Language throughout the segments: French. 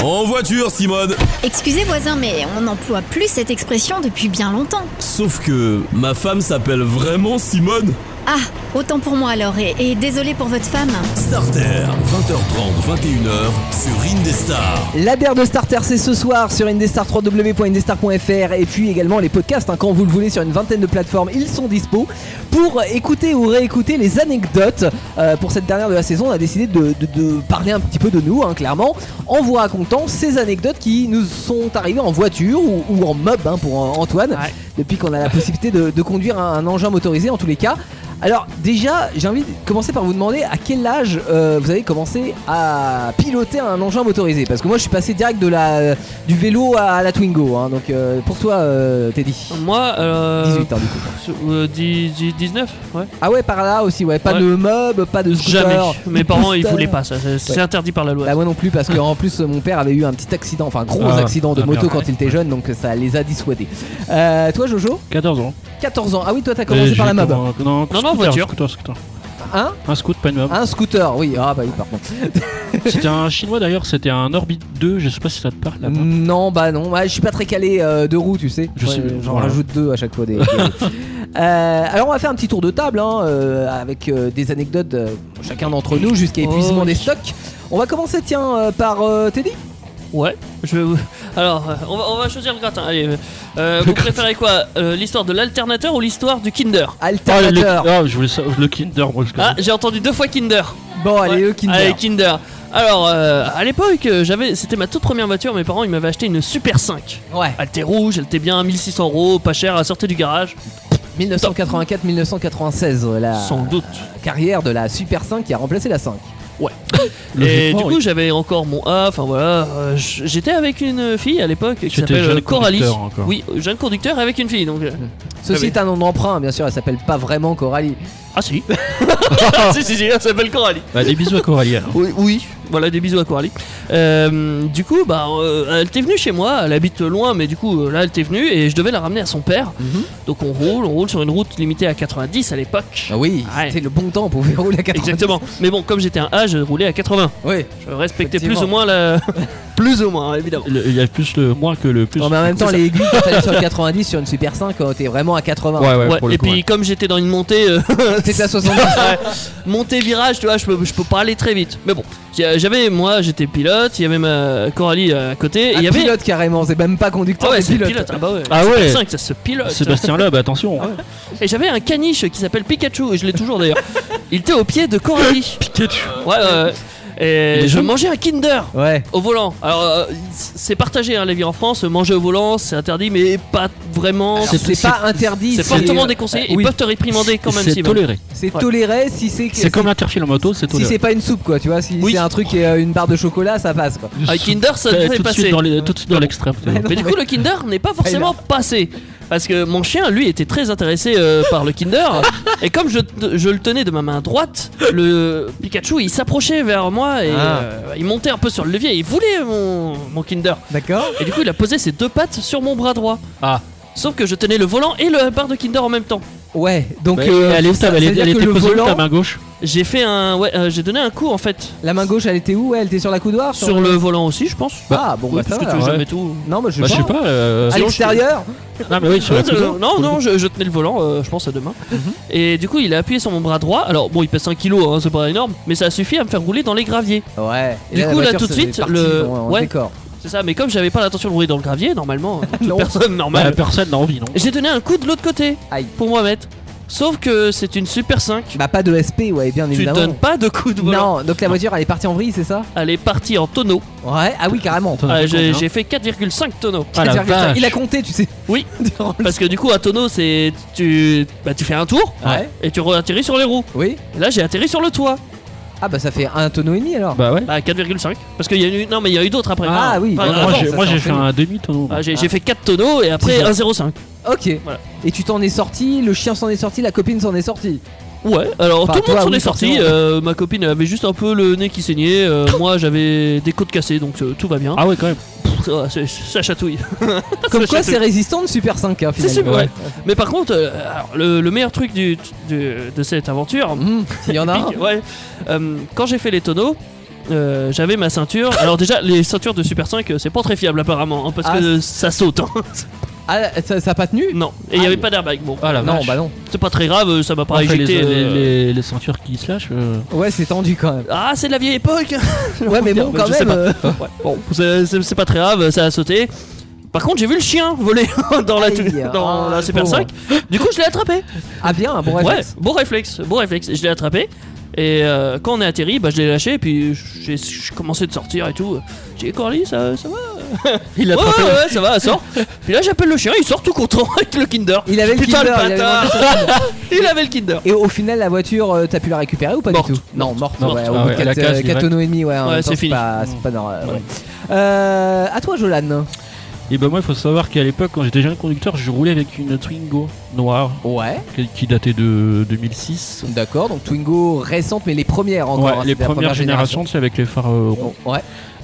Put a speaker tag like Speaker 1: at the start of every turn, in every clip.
Speaker 1: En voiture, Simone
Speaker 2: Excusez voisin, mais on n'emploie plus cette expression depuis bien longtemps.
Speaker 1: Sauf que ma femme s'appelle vraiment Simone
Speaker 2: Ah, autant pour moi alors, et, et désolé pour votre femme.
Speaker 1: Starter, 20h30, 21h sur Indestar.
Speaker 3: La bière de Starter, c'est ce soir sur Indestar, www.indestar.fr et puis également les podcasts, hein, quand vous le voulez, sur une vingtaine de plateformes, ils sont dispo pour écouter ou réécouter les anecdotes. Euh, pour cette dernière de la saison, on a décidé de, de- de parler un petit peu de nous, hein, clairement, en vous racontant ces anecdotes qui nous sont arrivées en voiture ou, ou en mob hein, pour euh, Antoine, depuis qu'on a la possibilité de, de conduire un, un engin motorisé en tous les cas. Alors déjà, j'ai envie de commencer par vous demander à quel âge euh, vous avez commencé à piloter un engin motorisé Parce que moi, je suis passé direct de la du vélo à la Twingo. hein. donc euh, pour toi, euh, Teddy,
Speaker 4: Moi, euh,
Speaker 3: 18 ans du coup.
Speaker 4: euh, 10, 10, 19, ouais.
Speaker 3: Ah ouais, par là aussi, ouais. Pas
Speaker 4: Ouais.
Speaker 3: de mob, pas de scooter.
Speaker 4: Jamais. Mes
Speaker 3: de
Speaker 4: parents, ils
Speaker 3: booster.
Speaker 4: voulaient pas ça. C'est c'est
Speaker 3: Ouais.
Speaker 4: interdit par la loi.
Speaker 3: Bah moi non plus parce que en plus mon père avait eu un petit accident, enfin un gros
Speaker 5: Ah,
Speaker 3: accident de
Speaker 5: ah,
Speaker 3: moto
Speaker 5: merde.
Speaker 3: quand il était jeune donc ça les a dissuadés. Euh, toi Jojo
Speaker 5: 14 ans.
Speaker 3: 14 ans. Ah oui toi t'as
Speaker 4: Euh,
Speaker 3: commencé
Speaker 5: Et
Speaker 3: par la
Speaker 5: j'ai
Speaker 3: mob.
Speaker 5: comment- Non,
Speaker 4: non,
Speaker 5: scooter,
Speaker 4: voiture.
Speaker 5: Scooter, scooter.
Speaker 3: Hein
Speaker 5: Un scoot, pas une mob.
Speaker 3: Un scooter, oui. Ah bah oui pardon.
Speaker 5: C'était un chinois d'ailleurs, c'était un Orbit 2, je sais pas si ça te parle Ah, là
Speaker 3: Non bah non, Ouais, je suis pas très calé euh, de roue tu sais.
Speaker 5: Je sais,
Speaker 3: J'en
Speaker 5: voilà.
Speaker 3: rajoute deux à chaque fois des. des- Euh, alors on va faire un petit tour de table hein, euh, avec euh, des anecdotes euh, pour chacun d'entre nous jusqu'à épuisement
Speaker 4: Oh,
Speaker 3: des
Speaker 4: oui.
Speaker 3: stocks. On va commencer tiens euh, par euh, Teddy.
Speaker 4: Ouais. Je vais vous- Alors, euh, on va, on va choisir le gratin. Allez, euh, euh, vous préférez quoi Euh, L'histoire de l'alternateur ou l'histoire du Kinder
Speaker 5: Ah, le,
Speaker 4: Oh,
Speaker 3: Alternateur.
Speaker 5: ah, je voulais ça, le Kinder, moi je
Speaker 4: Ah, j'ai entendu deux fois Kinder.
Speaker 3: Bon allez
Speaker 4: Ouais.
Speaker 3: le Kinder.
Speaker 4: Allez, Kinder. Alors, euh, à l'époque, euh, j'avais, c'était ma toute première voiture. Mes parents, ils m'avaient acheté une Super 5.
Speaker 3: Ouais.
Speaker 4: Elle était rouge, elle était bien, 1600 euros, pas cher, elle sortait du garage.
Speaker 3: 1984-1996, euh, la
Speaker 4: Sans doute.
Speaker 3: carrière de la Super 5 qui a remplacé la 5.
Speaker 4: Et du
Speaker 5: Logiquement,
Speaker 4: coup, j'avais encore mon A. Enfin voilà, euh, j- j'étais avec une fille à l'époque qui
Speaker 5: Tu étais
Speaker 4: s'appelle
Speaker 5: jeune
Speaker 4: euh, Coralie.
Speaker 5: conducteur encore. Hmm.
Speaker 4: Oui, jeune conducteur avec une fille. Donc, euh,
Speaker 3: Ceci
Speaker 4: Ah oui.
Speaker 3: est un nom d'emprunt, hein, bien sûr, elle s'appelle pas vraiment Coralie.
Speaker 4: ah si. si si si, elle s'appelle Coralie.
Speaker 5: Bah, des bisous à Coralie alors.
Speaker 4: Oui, oui. Voilà, des bisous à Coralie. Euh, du coup, bah, euh, elle était venue chez moi. Elle habite loin, mais du coup, euh, là, elle était venue et je devais la ramener à son père.
Speaker 5: Mhm.
Speaker 4: Donc on roule, on roule sur une route limitée à 90 à l'époque.
Speaker 3: Ah oui,
Speaker 4: Ouais.
Speaker 3: c'était le bon temps, on pouvait rouler à 80.
Speaker 4: Exactement. Mais bon, comme j'étais un A, je roulais à 80.
Speaker 3: Oui.
Speaker 4: Je respectais plus
Speaker 3: Effectivement.
Speaker 4: ou moins la. plus ou moins, évidemment.
Speaker 5: Le- Il y a plus le moins que le plus.
Speaker 3: Non, mais en même temps,
Speaker 4: C'est ça.
Speaker 3: les aiguilles, quand t'allais sur le 90, sur une Super 5, euh, t'es vraiment à 80.
Speaker 5: Ouais, ouais,
Speaker 4: Ouais,
Speaker 5: pour le
Speaker 4: et
Speaker 5: coup,
Speaker 4: puis
Speaker 5: ouais.
Speaker 4: comme j'étais dans une montée, euh,
Speaker 3: T'es à 70.
Speaker 4: ouais, montée virage, tu vois, je peux, je peux pas aller très vite. Mais bon, j'ai- j'avais moi, j'étais pilote, il y avait ma Coralie à côté, et il y
Speaker 3: Un
Speaker 4: avait
Speaker 3: Ah, pilote carrément, c'est même pas conducteur,
Speaker 4: Ah ouais,
Speaker 3: mais
Speaker 4: c'est
Speaker 3: pilote.
Speaker 4: pilote. Ah bah ouais.
Speaker 5: Ah ouais.
Speaker 4: 5, ça se pilote.
Speaker 5: Sébastien Loeb, attention.
Speaker 4: Ah Et j'avais un caniche qui s'appelle Pikachu, et je l'ai toujours d'ailleurs. il était au pied de Coralie.
Speaker 5: Pikachu.
Speaker 4: Ouais, ouais, ouais.
Speaker 5: Il
Speaker 4: Et
Speaker 5: est
Speaker 4: je
Speaker 5: jeune.
Speaker 4: mangeais un Kinder.
Speaker 3: Ouais.
Speaker 4: Au volant. Alors, euh, c'est partagé, hein, la vie en France. Manger au volant, c'est interdit, mais pas vraiment.
Speaker 3: Alors, C'est pas interdit,
Speaker 4: C'est fortement déconseillé. Ils
Speaker 5: oui.
Speaker 4: peuvent te réprimander quand même
Speaker 5: C'est
Speaker 4: si
Speaker 5: toléré.
Speaker 3: c'est
Speaker 4: Ouais.
Speaker 3: toléré si c'est
Speaker 5: C'est comme l'interfile en moto, c'est
Speaker 3: si
Speaker 5: toléré.
Speaker 3: c'est pas une soupe quoi, tu vois, si
Speaker 4: Oui.
Speaker 3: c'est un truc et euh, une barre de chocolat, ça passe quoi.
Speaker 4: Ah, Kinder, ça
Speaker 5: T'as-
Speaker 4: devrait
Speaker 5: Euh, tout de
Speaker 4: passer.
Speaker 5: suite dans les- tout de suite dans l'extrême. t'es-
Speaker 3: non.
Speaker 4: Mais du coup, le Kinder n'est pas forcément passé. Parce que mon chien, lui, était très intéressé euh, par le Kinder. et comme je, je le tenais de ma main droite, le Pikachu, il s'approchait vers moi et
Speaker 3: Ah.
Speaker 4: euh, il montait un peu sur le levier. Il voulait mon, mon Kinder.
Speaker 3: D'accord
Speaker 4: Et du coup, il a posé ses deux pattes sur mon bras droit.
Speaker 5: Ah.
Speaker 4: Sauf que je tenais le volant et le barre de Kinder en même temps.
Speaker 3: Ouais, donc.
Speaker 5: Ouais,
Speaker 3: euh,
Speaker 5: Bah, elle, est où
Speaker 3: ça-
Speaker 5: ta- elle,
Speaker 3: ça veut
Speaker 5: est-
Speaker 3: dire
Speaker 5: elle
Speaker 3: que
Speaker 5: était
Speaker 3: le
Speaker 5: posée où
Speaker 3: volant-
Speaker 5: ta main gauche
Speaker 4: J'ai fait un. Ouais, euh, j'ai donné un coup en fait.
Speaker 3: La main gauche, elle était où Elle était Ah, sur la coudoir
Speaker 4: Sur le volant aussi, je pense.
Speaker 3: Ah bon,
Speaker 4: Oui,
Speaker 3: bah ça
Speaker 4: parce
Speaker 3: va,
Speaker 4: que tu
Speaker 3: alors.
Speaker 4: veux
Speaker 5: ouais.
Speaker 4: jamais tout.
Speaker 3: Non, mais je
Speaker 5: Bah, je
Speaker 3: sais
Speaker 5: sais
Speaker 3: pas.
Speaker 5: pas. euh,
Speaker 3: À
Speaker 5: sinon, je-
Speaker 3: l'extérieur
Speaker 5: Non, mais oui, sur la
Speaker 4: Euh,
Speaker 5: coudoir.
Speaker 4: non, non, je, je tenais le volant, euh, je pense, à deux mains. Et du coup, il a appuyé sur mon bras droit. Alors, bon, il pèse 1 kg, hein, c'est pas énorme, mais ça a suffi à me faire rouler dans les graviers.
Speaker 3: Ouais. Et
Speaker 4: Du
Speaker 3: la
Speaker 4: coup, là,
Speaker 3: voiture,
Speaker 4: tout de
Speaker 3: c'est
Speaker 4: suite,
Speaker 3: parti
Speaker 4: le-
Speaker 3: dans- en
Speaker 4: ouais.
Speaker 3: décor.
Speaker 4: C'est ça, mais comme j'avais pas l'intention de rouler dans le gravier, normalement, euh, toute
Speaker 3: Non.
Speaker 4: personne
Speaker 5: Bah, la
Speaker 4: normale,
Speaker 5: personne n'a envie, non
Speaker 4: j'ai donné un coup de l'autre côté
Speaker 3: Aïe.
Speaker 4: pour moi mettre. Sauf que c'est une Super 5.
Speaker 3: Bah, pas de SP, ouais, bien
Speaker 4: tu
Speaker 3: évidemment.
Speaker 4: donnes pas de coup de volant.
Speaker 3: Non, donc la voiture, elle est partie en vrille, c'est ça
Speaker 4: Elle est partie en tonneau.
Speaker 3: Ouais, ah oui, carrément.
Speaker 5: Attends,
Speaker 4: Ah,
Speaker 5: attends,
Speaker 4: j'ai
Speaker 5: attends.
Speaker 4: j'ai fait 4,5 tonneaux.
Speaker 5: Ah, la
Speaker 3: 4,5.
Speaker 5: vache.
Speaker 3: Il a compté, tu sais.
Speaker 4: Oui.
Speaker 3: Durant le-
Speaker 4: Parce que du coup, un tonneau, c'est. Tu, bah, tu fais un tour
Speaker 3: Ouais.
Speaker 4: et tu atterris sur les roues.
Speaker 3: Oui.
Speaker 4: Et là, j'ai atterri sur le toit.
Speaker 3: Ah, bah, ça fait un tonneau et demi alors.
Speaker 5: Bah ouais.
Speaker 4: Bah, 4,5. Parce qu'il y a eu. Non, mais il y a eu d'autres après.
Speaker 3: Ah, oui.
Speaker 4: Enfin,
Speaker 3: Ouais,
Speaker 4: avant.
Speaker 5: Moi, j'ai-
Speaker 3: ça,
Speaker 5: Moi
Speaker 3: ça
Speaker 5: j'ai
Speaker 3: en
Speaker 5: fait
Speaker 3: fait
Speaker 5: un demi-tonneau.
Speaker 4: Ah, j'ai
Speaker 3: Ah.
Speaker 4: j'ai fait 4 tonneaux et après
Speaker 3: C'est
Speaker 4: 1,05.
Speaker 3: Ok.
Speaker 4: Voilà.
Speaker 3: Et tu t'en es sorti, le chien s'en est sorti, la copine s'en est sortie.
Speaker 4: Ah, Ouais, alors
Speaker 3: Enfin,
Speaker 4: tout le monde
Speaker 3: toi,
Speaker 4: s'en
Speaker 3: oui,
Speaker 4: est sorti.
Speaker 3: forcément.
Speaker 4: euh, ma copine avait juste un peu le nez qui saignait. euh, moi, j'avais des côtes cassées, donc euh, tout va bien.
Speaker 5: Ah ouais, quand même.
Speaker 4: Pff, ça, c'est- ça chatouille.
Speaker 3: Comme
Speaker 4: Ça
Speaker 3: quoi,
Speaker 4: chatouille.
Speaker 3: c'est résistant de Super 5 hein,
Speaker 4: C'est
Speaker 3: finalement.
Speaker 4: super. ouais. Mais par contre, euh, alors, le, le meilleur truc du, du- de cette aventure,
Speaker 3: Mmh, Il y en a un.
Speaker 4: ouais, euh, quand j'ai fait les tonneaux, euh, j'avais ma ceinture. Alors déjà, les ceintures de Super 5, euh, c'est pas très fiable apparemment, hein, parce
Speaker 3: Ah,
Speaker 4: que euh, ça saute. hein.
Speaker 3: Ah, ça, ça a pas tenu
Speaker 4: non, et il y
Speaker 3: Ah,
Speaker 4: avait
Speaker 3: oui.
Speaker 4: pas d'airbag. Bon,
Speaker 5: Ah, la
Speaker 3: Non,
Speaker 5: vache.
Speaker 3: bah non.
Speaker 4: c'est pas très grave, euh, ça m'a pas
Speaker 5: Après, les,
Speaker 4: éjecté,
Speaker 5: les-
Speaker 4: euh,
Speaker 5: les- les ceintures qui se lâchent. euh,
Speaker 3: Ouais, c'est tendu quand même.
Speaker 4: Ah, c'est de la vieille époque.
Speaker 3: Ouais, mais bon,
Speaker 4: dire,
Speaker 3: quand
Speaker 4: Bah, je sais
Speaker 3: même.
Speaker 4: pas.
Speaker 3: euh,
Speaker 4: Ouais, bon, c'est c'est- c'est pas très grave, ça a sauté. Par contre, j'ai vu le chien voler dans la,
Speaker 3: Aïe,
Speaker 4: dans
Speaker 3: ah,
Speaker 4: la Super
Speaker 3: bon.
Speaker 4: 5. Du coup, je l'ai attrapé.
Speaker 3: Ah, bien, un bon
Speaker 4: ouais,
Speaker 3: réflexe.
Speaker 4: bon réflexe, bon réflexe. Je l'ai attrapé. Et euh, quand on est atterri, bah, je l'ai lâché. Puis j'ai j'ai commencé de sortir et tout. J'ai dit, Corley, ça, ça va
Speaker 5: Il
Speaker 4: ouais,
Speaker 5: l'a attrapé.
Speaker 4: ouais, ouais, ça va, elle sort. Puis là, j'appelle le chien, il sort tout content avec le Kinder.
Speaker 3: Il avait le
Speaker 4: Putain,
Speaker 3: Kinder, il
Speaker 4: le
Speaker 3: avait
Speaker 4: bâtard Il avait le Kinder.
Speaker 3: Et au final, la voiture, euh, t'as pu la récupérer ou pas
Speaker 4: Morte.
Speaker 3: du tout Non, morte.
Speaker 4: Morte.
Speaker 3: Ouais, au
Speaker 5: Ah
Speaker 3: bout
Speaker 5: ouais,
Speaker 3: de
Speaker 5: à la
Speaker 3: 4,
Speaker 5: cage, direct.
Speaker 3: tonneaux et demi, ouais. en
Speaker 4: Ouais,
Speaker 3: même temps,
Speaker 4: c'est fini.
Speaker 3: pas-
Speaker 5: Mm.
Speaker 3: C'est pas normal.
Speaker 4: Ouais.
Speaker 3: ouais. Euh, à toi, Jolan.
Speaker 5: Et bah, moi, il faut savoir qu'à l'époque, quand j'étais jeune conducteur, je roulais avec une Twingo noire
Speaker 3: Ouais.
Speaker 5: qui- qui datait de 2006.
Speaker 3: D'accord, donc Twingo récente, mais les premières encore. hein,
Speaker 5: ouais, les
Speaker 3: c'était la
Speaker 5: premières
Speaker 3: première
Speaker 5: générations, c'est avec les phares euh, ronds.
Speaker 3: génération. Ouais.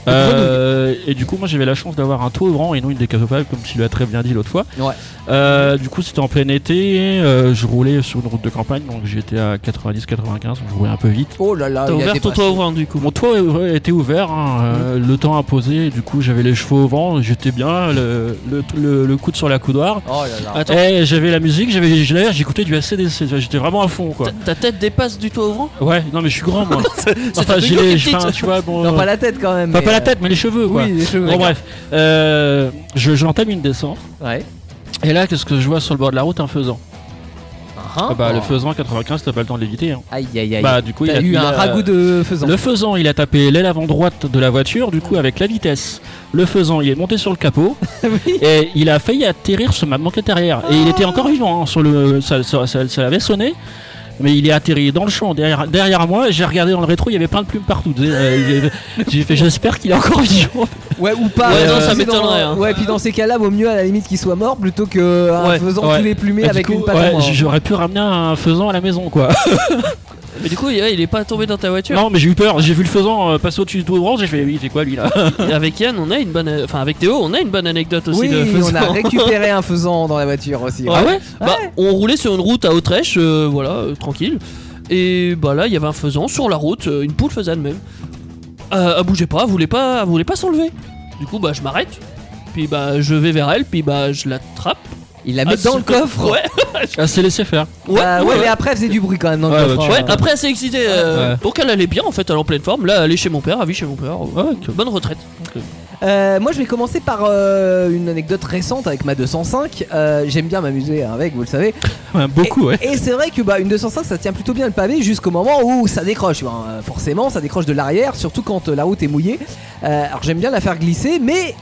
Speaker 5: Euh, et du coup, moi j'avais la chance d'avoir un taux grand et non une décapotable, comme tu l'as très bien dit l'autre fois.
Speaker 3: Ouais.
Speaker 5: Euh, du coup, c'était en plein été, euh, je roulais sur une route de campagne, donc j'étais à 90-95, donc je roulais un peu vite.
Speaker 3: Oh là là, il
Speaker 4: T'as
Speaker 3: a
Speaker 4: ouvert ton
Speaker 3: dépassé.
Speaker 4: toit ouvrant du coup.
Speaker 5: Mon toit euh, était ouvert, hein, euh, le temps imposé, et du coup j'avais les cheveux au vent, j'étais bien, le, le, le- le coude sur la coudoir.
Speaker 3: Oh là là.
Speaker 4: Attends.
Speaker 5: Et j'avais la musique, j'avais d'ailleurs j'écoutais du ACDC, j'étais vraiment à fond quoi.
Speaker 4: Ta- Ta tête dépasse du toit ouvrant
Speaker 5: Ouais, non mais je suis grand moi. enfin,
Speaker 4: ta
Speaker 5: j'ai
Speaker 4: figure
Speaker 5: les
Speaker 4: qui est petite.
Speaker 5: enfin, tu vois, bon,
Speaker 3: Non,
Speaker 5: euh,
Speaker 3: pas la tête quand même.
Speaker 5: pas-
Speaker 3: mais,
Speaker 5: pas la
Speaker 3: euh,
Speaker 5: tête, mais les cheveux quoi.
Speaker 3: Oui, les cheveux.
Speaker 5: Bon bref, euh, je j'entame une descente.
Speaker 3: Ouais.
Speaker 5: Et là, qu'est-ce que je vois sur le bord de la route Un faisan.
Speaker 3: Hein
Speaker 5: Ah bah, le
Speaker 3: Oh.
Speaker 5: faisan 95, t'as pas le temps de l'éviter. hein.
Speaker 3: Aïe aïe aïe.
Speaker 5: Bah, du coup, il
Speaker 3: T'as
Speaker 5: a
Speaker 3: eu
Speaker 5: il
Speaker 3: un
Speaker 5: a-
Speaker 3: ragoût de faisan.
Speaker 5: Le faisan, il a tapé l'aile avant droite de la voiture, du coup, avec la vitesse. Le faisan, il est monté sur le capot
Speaker 3: Ah Oui. Ah.
Speaker 5: et il a failli atterrir sur ma manquette arrière. Et il était encore vivant, hein, sur le, ça, ça, ça- ça avait sonné. Mais il est atterri dans le champ derrière, derrière moi. J'ai regardé dans le rétro, il y avait plein de plumes partout. Euh, J'ai fait, j'espère qu'il est encore vivant.
Speaker 3: Ouais, ou pas.
Speaker 4: Ouais,
Speaker 3: euh,
Speaker 4: non, ça
Speaker 3: puis dans-
Speaker 4: m'étonnerait, hein.
Speaker 3: Ouais, puis dans ces cas-là, vaut mieux à la limite qu'il soit mort plutôt que un
Speaker 5: Ouais,
Speaker 3: faisan
Speaker 5: ouais. Ah,
Speaker 3: tous les plumés
Speaker 5: Du
Speaker 3: avec
Speaker 5: coup,
Speaker 3: une patte
Speaker 5: ouais,
Speaker 3: en moins.
Speaker 5: j'aurais pu ramener un faisan à la maison, quoi.
Speaker 4: Mais du coup, il ouais, il est pas tombé dans ta voiture.
Speaker 5: Non, mais j'ai eu peur. J'ai vu le faisan euh, passer au-dessus du toit orange. J'ai fait, il fait quoi lui là
Speaker 4: Et avec Yann, on a une bonne, enfin avec Théo, on a une bonne anecdote aussi
Speaker 3: Oui,
Speaker 4: de faisan.
Speaker 3: on a récupéré un faisan dans la voiture aussi.
Speaker 4: Ah ouais Bah,
Speaker 3: Ouais.
Speaker 4: on roulait sur une route à Autrèche, euh, voilà, euh, tranquille. Et bah là, il y avait un faisan sur la route, euh, une poule faisane même. Euh, elle bougeait pas, elle voulait pas, elle voulait pas s'enlever. Du coup, bah je m'arrête. Puis bah je vais vers elle, puis bah je l'attrape.
Speaker 3: Il la
Speaker 4: Ah,
Speaker 3: met
Speaker 4: sur
Speaker 3: dans le coffre.
Speaker 4: Ouais,
Speaker 5: Ah, c'est laissé faire.
Speaker 4: ouais,
Speaker 3: Bah, ouais,
Speaker 4: ouais.
Speaker 3: mais après, c'est du bruit quand même dans
Speaker 5: Ouais,
Speaker 3: le coffre.
Speaker 5: ouais,
Speaker 4: Ouais,
Speaker 3: hein.
Speaker 4: après elle s'est excitée. euh,
Speaker 5: Ouais.
Speaker 4: Donc elle allait bien en fait, elle est en pleine forme. Là, elle est chez mon père, elle vit chez mon père. Ouais, bonne retraite.
Speaker 3: Euh, moi, je vais commencer par euh, une anecdote récente avec ma 205. Euh, J'aime bien m'amuser avec, vous le savez.
Speaker 5: beaucoup, ouais.
Speaker 3: Et c'est vrai que bah, une 205 ça tient plutôt bien le pavé jusqu'au moment où ça décroche. Ben, euh, forcément, ça décroche de l'arrière, surtout quand euh, la route est mouillée. Euh, alors j'aime bien la faire glisser, mais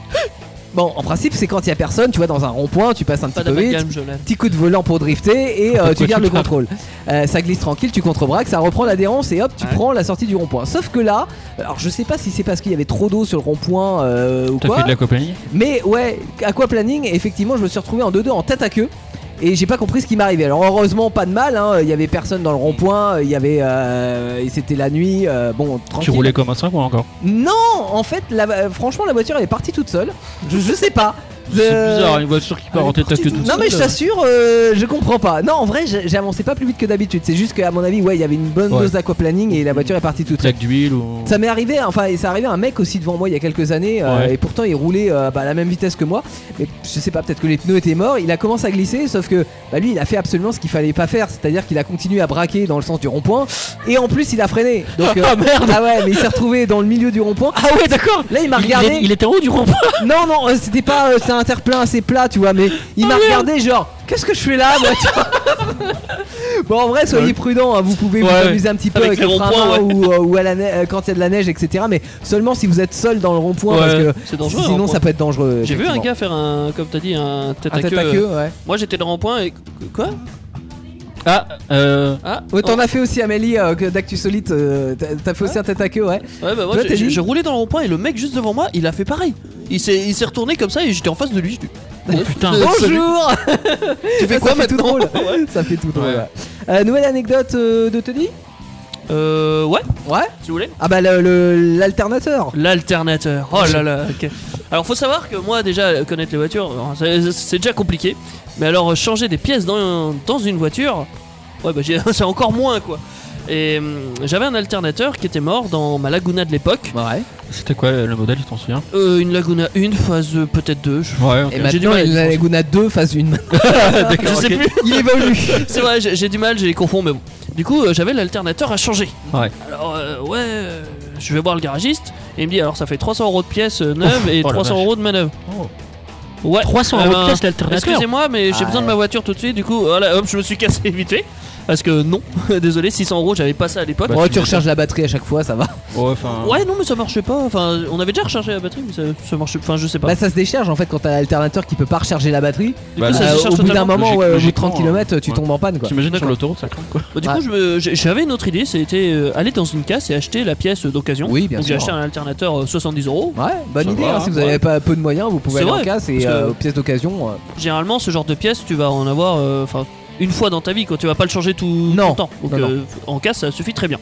Speaker 3: bon, en principe, c'est quand il y a personne, tu vois, dans un rond-point, tu passes un
Speaker 4: Pas
Speaker 3: petit peu vite,
Speaker 4: d'amalgame, je l'aime.
Speaker 3: petit coup de volant pour drifter et euh, tu
Speaker 5: Pourquoi
Speaker 3: gardes
Speaker 5: tu
Speaker 3: le
Speaker 5: parles
Speaker 3: contrôle. Euh, ça glisse tranquille, tu contrebraques, ça reprend l'adhérence et hop, tu
Speaker 4: Ouais.
Speaker 3: prends la sortie du rond-point. Sauf que là, euh, alors je sais pas si c'est parce qu'il y avait trop d'eau sur le rond-point euh, ou
Speaker 5: T'as
Speaker 3: quoi.
Speaker 5: fait de la compagnie
Speaker 3: Mais ouais, aquaplaning, effectivement, je me suis retrouvé en 2-2 en tête à queue. Et j'ai pas compris ce qui m'arrivait. Alors heureusement, pas de mal. hein, Il y avait personne dans le rond-point. Il y avait, euh, et c'était la nuit. euh, bon,
Speaker 5: Tu
Speaker 3: tranquille.
Speaker 5: roulais comme un 5 ou encore
Speaker 3: Non, en fait, la- euh, franchement, la voiture elle est partie toute seule. Je, je sais pas.
Speaker 5: C'est
Speaker 3: Euh,
Speaker 5: bizarre, une voiture qui part en tête à queue Bah, tout
Speaker 3: Non mais je t'assure, euh, je comprends pas. Non, en vrai, j'ai j'ai avancé pas plus vite que d'habitude. C'est juste qu'à mon avis, ouais, il y avait une bonne
Speaker 5: Ouais.
Speaker 3: dose d'aquaplaning et la voiture est partie toute seule.
Speaker 5: Plaque d'huile ou.
Speaker 3: Ça m'est arrivé, enfin, et ça arrivait à un mec aussi devant moi il y a quelques années, euh,
Speaker 5: Ouais.
Speaker 3: et pourtant il roulait euh, bah, à la même vitesse que moi. Mais je sais pas, peut-être que les pneus étaient morts. Il a commencé à glisser, sauf que bah, lui, il a fait absolument ce qu'il fallait pas faire, c'est-à-dire qu'il a continué à braquer dans le sens du rond-point, et en plus il a freiné. Donc, euh,
Speaker 5: Ah merde
Speaker 3: ah ouais, mais il s'est retrouvé dans le milieu du rond-point.
Speaker 5: Ah ouais, d'accord
Speaker 3: Là, il m'a
Speaker 5: Il-
Speaker 3: regardé.
Speaker 5: Il, est- il était en haut du rond
Speaker 3: Non, non, euh, c'était pas. euh, c'est un terre-plein assez plat, tu vois, mais il
Speaker 4: Ah,
Speaker 3: m'a regardé, genre, qu'est-ce que je fais là, moi, tu vois Bon, en vrai, soyez prudents, hein, vous pouvez
Speaker 5: Ouais,
Speaker 3: vous amuser un petit peu avec,
Speaker 4: Avec les
Speaker 3: le frein
Speaker 4: ronds-points, ouais.
Speaker 3: ou, euh, ou à la neige- euh, quand il y a de la neige, etc. Mais seulement si vous êtes seul dans le rond-point,
Speaker 5: Ouais,
Speaker 3: parce que
Speaker 4: C'est dangereux.
Speaker 3: sinon
Speaker 4: hein,
Speaker 3: ça peut être dangereux.
Speaker 4: J'ai vu un
Speaker 3: effectivement.
Speaker 4: gars faire un, comme t'as dit, un tête
Speaker 3: Un
Speaker 4: à
Speaker 3: tête à
Speaker 4: queue. euh,
Speaker 3: queue, ouais.
Speaker 4: Moi j'étais dans rond-point et. Quoi
Speaker 5: Ah, euh.
Speaker 4: Ah,
Speaker 3: Ouais, Oh, t'en as fait aussi, Amélie, euh, que d'Actu Solite, euh, t'as t'as fait aussi un tête à queue, ouais.
Speaker 4: Ouais, bah moi,
Speaker 3: Toi,
Speaker 4: j'ai-
Speaker 3: t'as
Speaker 4: j'ai-
Speaker 3: dit
Speaker 4: je roulais dans le rond-point et le mec juste devant moi, il a fait pareil. Il s'est il s'est retourné comme ça et j'étais en face de lui. je dis,
Speaker 5: Oh putain
Speaker 4: Euh, salut.
Speaker 3: Bonjour
Speaker 4: Tu fais quoi
Speaker 3: Ça fait tout
Speaker 4: maintenant
Speaker 3: drôle. Ça fait tout drôle,
Speaker 5: Ouais.
Speaker 3: ouais. Euh, Nouvelle anecdote euh, de Tony
Speaker 4: Euh, ouais,
Speaker 3: Ouais.
Speaker 4: si vous voulez.
Speaker 3: Ah bah, le- le- l'alternateur.
Speaker 4: L'alternateur. Oh là là. ok. Alors faut savoir que moi déjà euh, connaître les voitures, alors, c'est c'est déjà compliqué. Mais alors euh, changer des pièces dans, dans une voiture, ouais bah j'ai- c'est encore moins quoi. Et hum, j'avais un alternateur qui était mort dans ma Laguna de l'époque.
Speaker 3: Ouais.
Speaker 5: C'était quoi le modèle, tu t'en souviens
Speaker 4: Euh, une Laguna 1, phase euh, peut-être 2. Je...
Speaker 5: Ouais,
Speaker 3: Et
Speaker 4: J'ai du
Speaker 3: maintenant,
Speaker 4: mal à
Speaker 3: il a la
Speaker 4: différencier.
Speaker 3: Laguna 2 phase 1.
Speaker 5: Ah,
Speaker 4: je sais plus.
Speaker 3: il évolue.
Speaker 4: C'est vrai, j'ai j'ai du mal, je les confonds, mais bon. Du coup, euh, j'avais l'alternateur à changer.
Speaker 5: Ouais.
Speaker 4: Alors, euh, ouais, euh, je vais voir le garagiste. Et il me dit, alors ça fait 300 euros de pièces euh, neuves et
Speaker 5: Oh la
Speaker 4: 300
Speaker 5: vache.
Speaker 4: euros de manœuvre.
Speaker 5: Oh.
Speaker 4: Ouais.
Speaker 5: 300
Speaker 4: Eh
Speaker 5: euros
Speaker 4: ben,
Speaker 5: de pièce l'alternateur.
Speaker 4: Excusez-moi, mais j'ai
Speaker 3: Ah
Speaker 4: besoin de
Speaker 3: ouais.
Speaker 4: ma voiture tout de suite. Du coup, voilà, hop, je me suis cassé vite fait. Parce que non, désolé, 600 euros, j'avais pas ça à l'époque.
Speaker 3: Bon, tu Bah, recharges la batterie à chaque fois, ça va.
Speaker 5: Ouais, enfin.
Speaker 4: Ouais, non, mais ça marchait pas. Enfin, on avait déjà rechargé la batterie, mais ça, ça marchait. Enfin, je sais pas.
Speaker 3: Bah, ça se décharge en fait quand t'as l'alternateur qui peut pas recharger la batterie.
Speaker 4: du
Speaker 5: bah,
Speaker 4: coup, ça
Speaker 3: Euh,
Speaker 4: se charge
Speaker 3: au bout d'un
Speaker 4: totalement.
Speaker 3: moment,
Speaker 5: Logique-
Speaker 3: ouais, au bout de
Speaker 5: logiquement,
Speaker 3: 30 km, tu
Speaker 5: ouais.
Speaker 3: tombes en panne quoi.
Speaker 5: T'imagines sur
Speaker 4: D'accord.
Speaker 5: l'autoroute, ça compte quoi
Speaker 4: Bah, du
Speaker 3: Ouais.
Speaker 4: coup, je me- j'ai- j'avais une autre idée, c'était euh, aller dans une casse et acheter la pièce euh, d'occasion.
Speaker 3: Oui, bien
Speaker 4: Donc, j'ai
Speaker 3: sûr.
Speaker 4: acheté un alternateur euh, 70 euros.
Speaker 3: Ouais, bonne
Speaker 5: Ça
Speaker 3: idée.
Speaker 5: va,
Speaker 3: hein, si vous
Speaker 5: ouais.
Speaker 3: avez pas peu de moyens, vous pouvez
Speaker 4: C'est
Speaker 3: aller en
Speaker 4: vrai,
Speaker 3: casse et
Speaker 4: parce que-
Speaker 3: euh, aux pièces d'occasion. euh,
Speaker 4: Généralement, ce genre de pièce, tu vas en avoir, euh, enfin, une fois dans ta vie, quand tu vas pas le changer tout
Speaker 3: Non.
Speaker 4: tout le temps. Donc,
Speaker 3: Non, Mhm. non.
Speaker 4: euh, en casse, ça suffit très bien.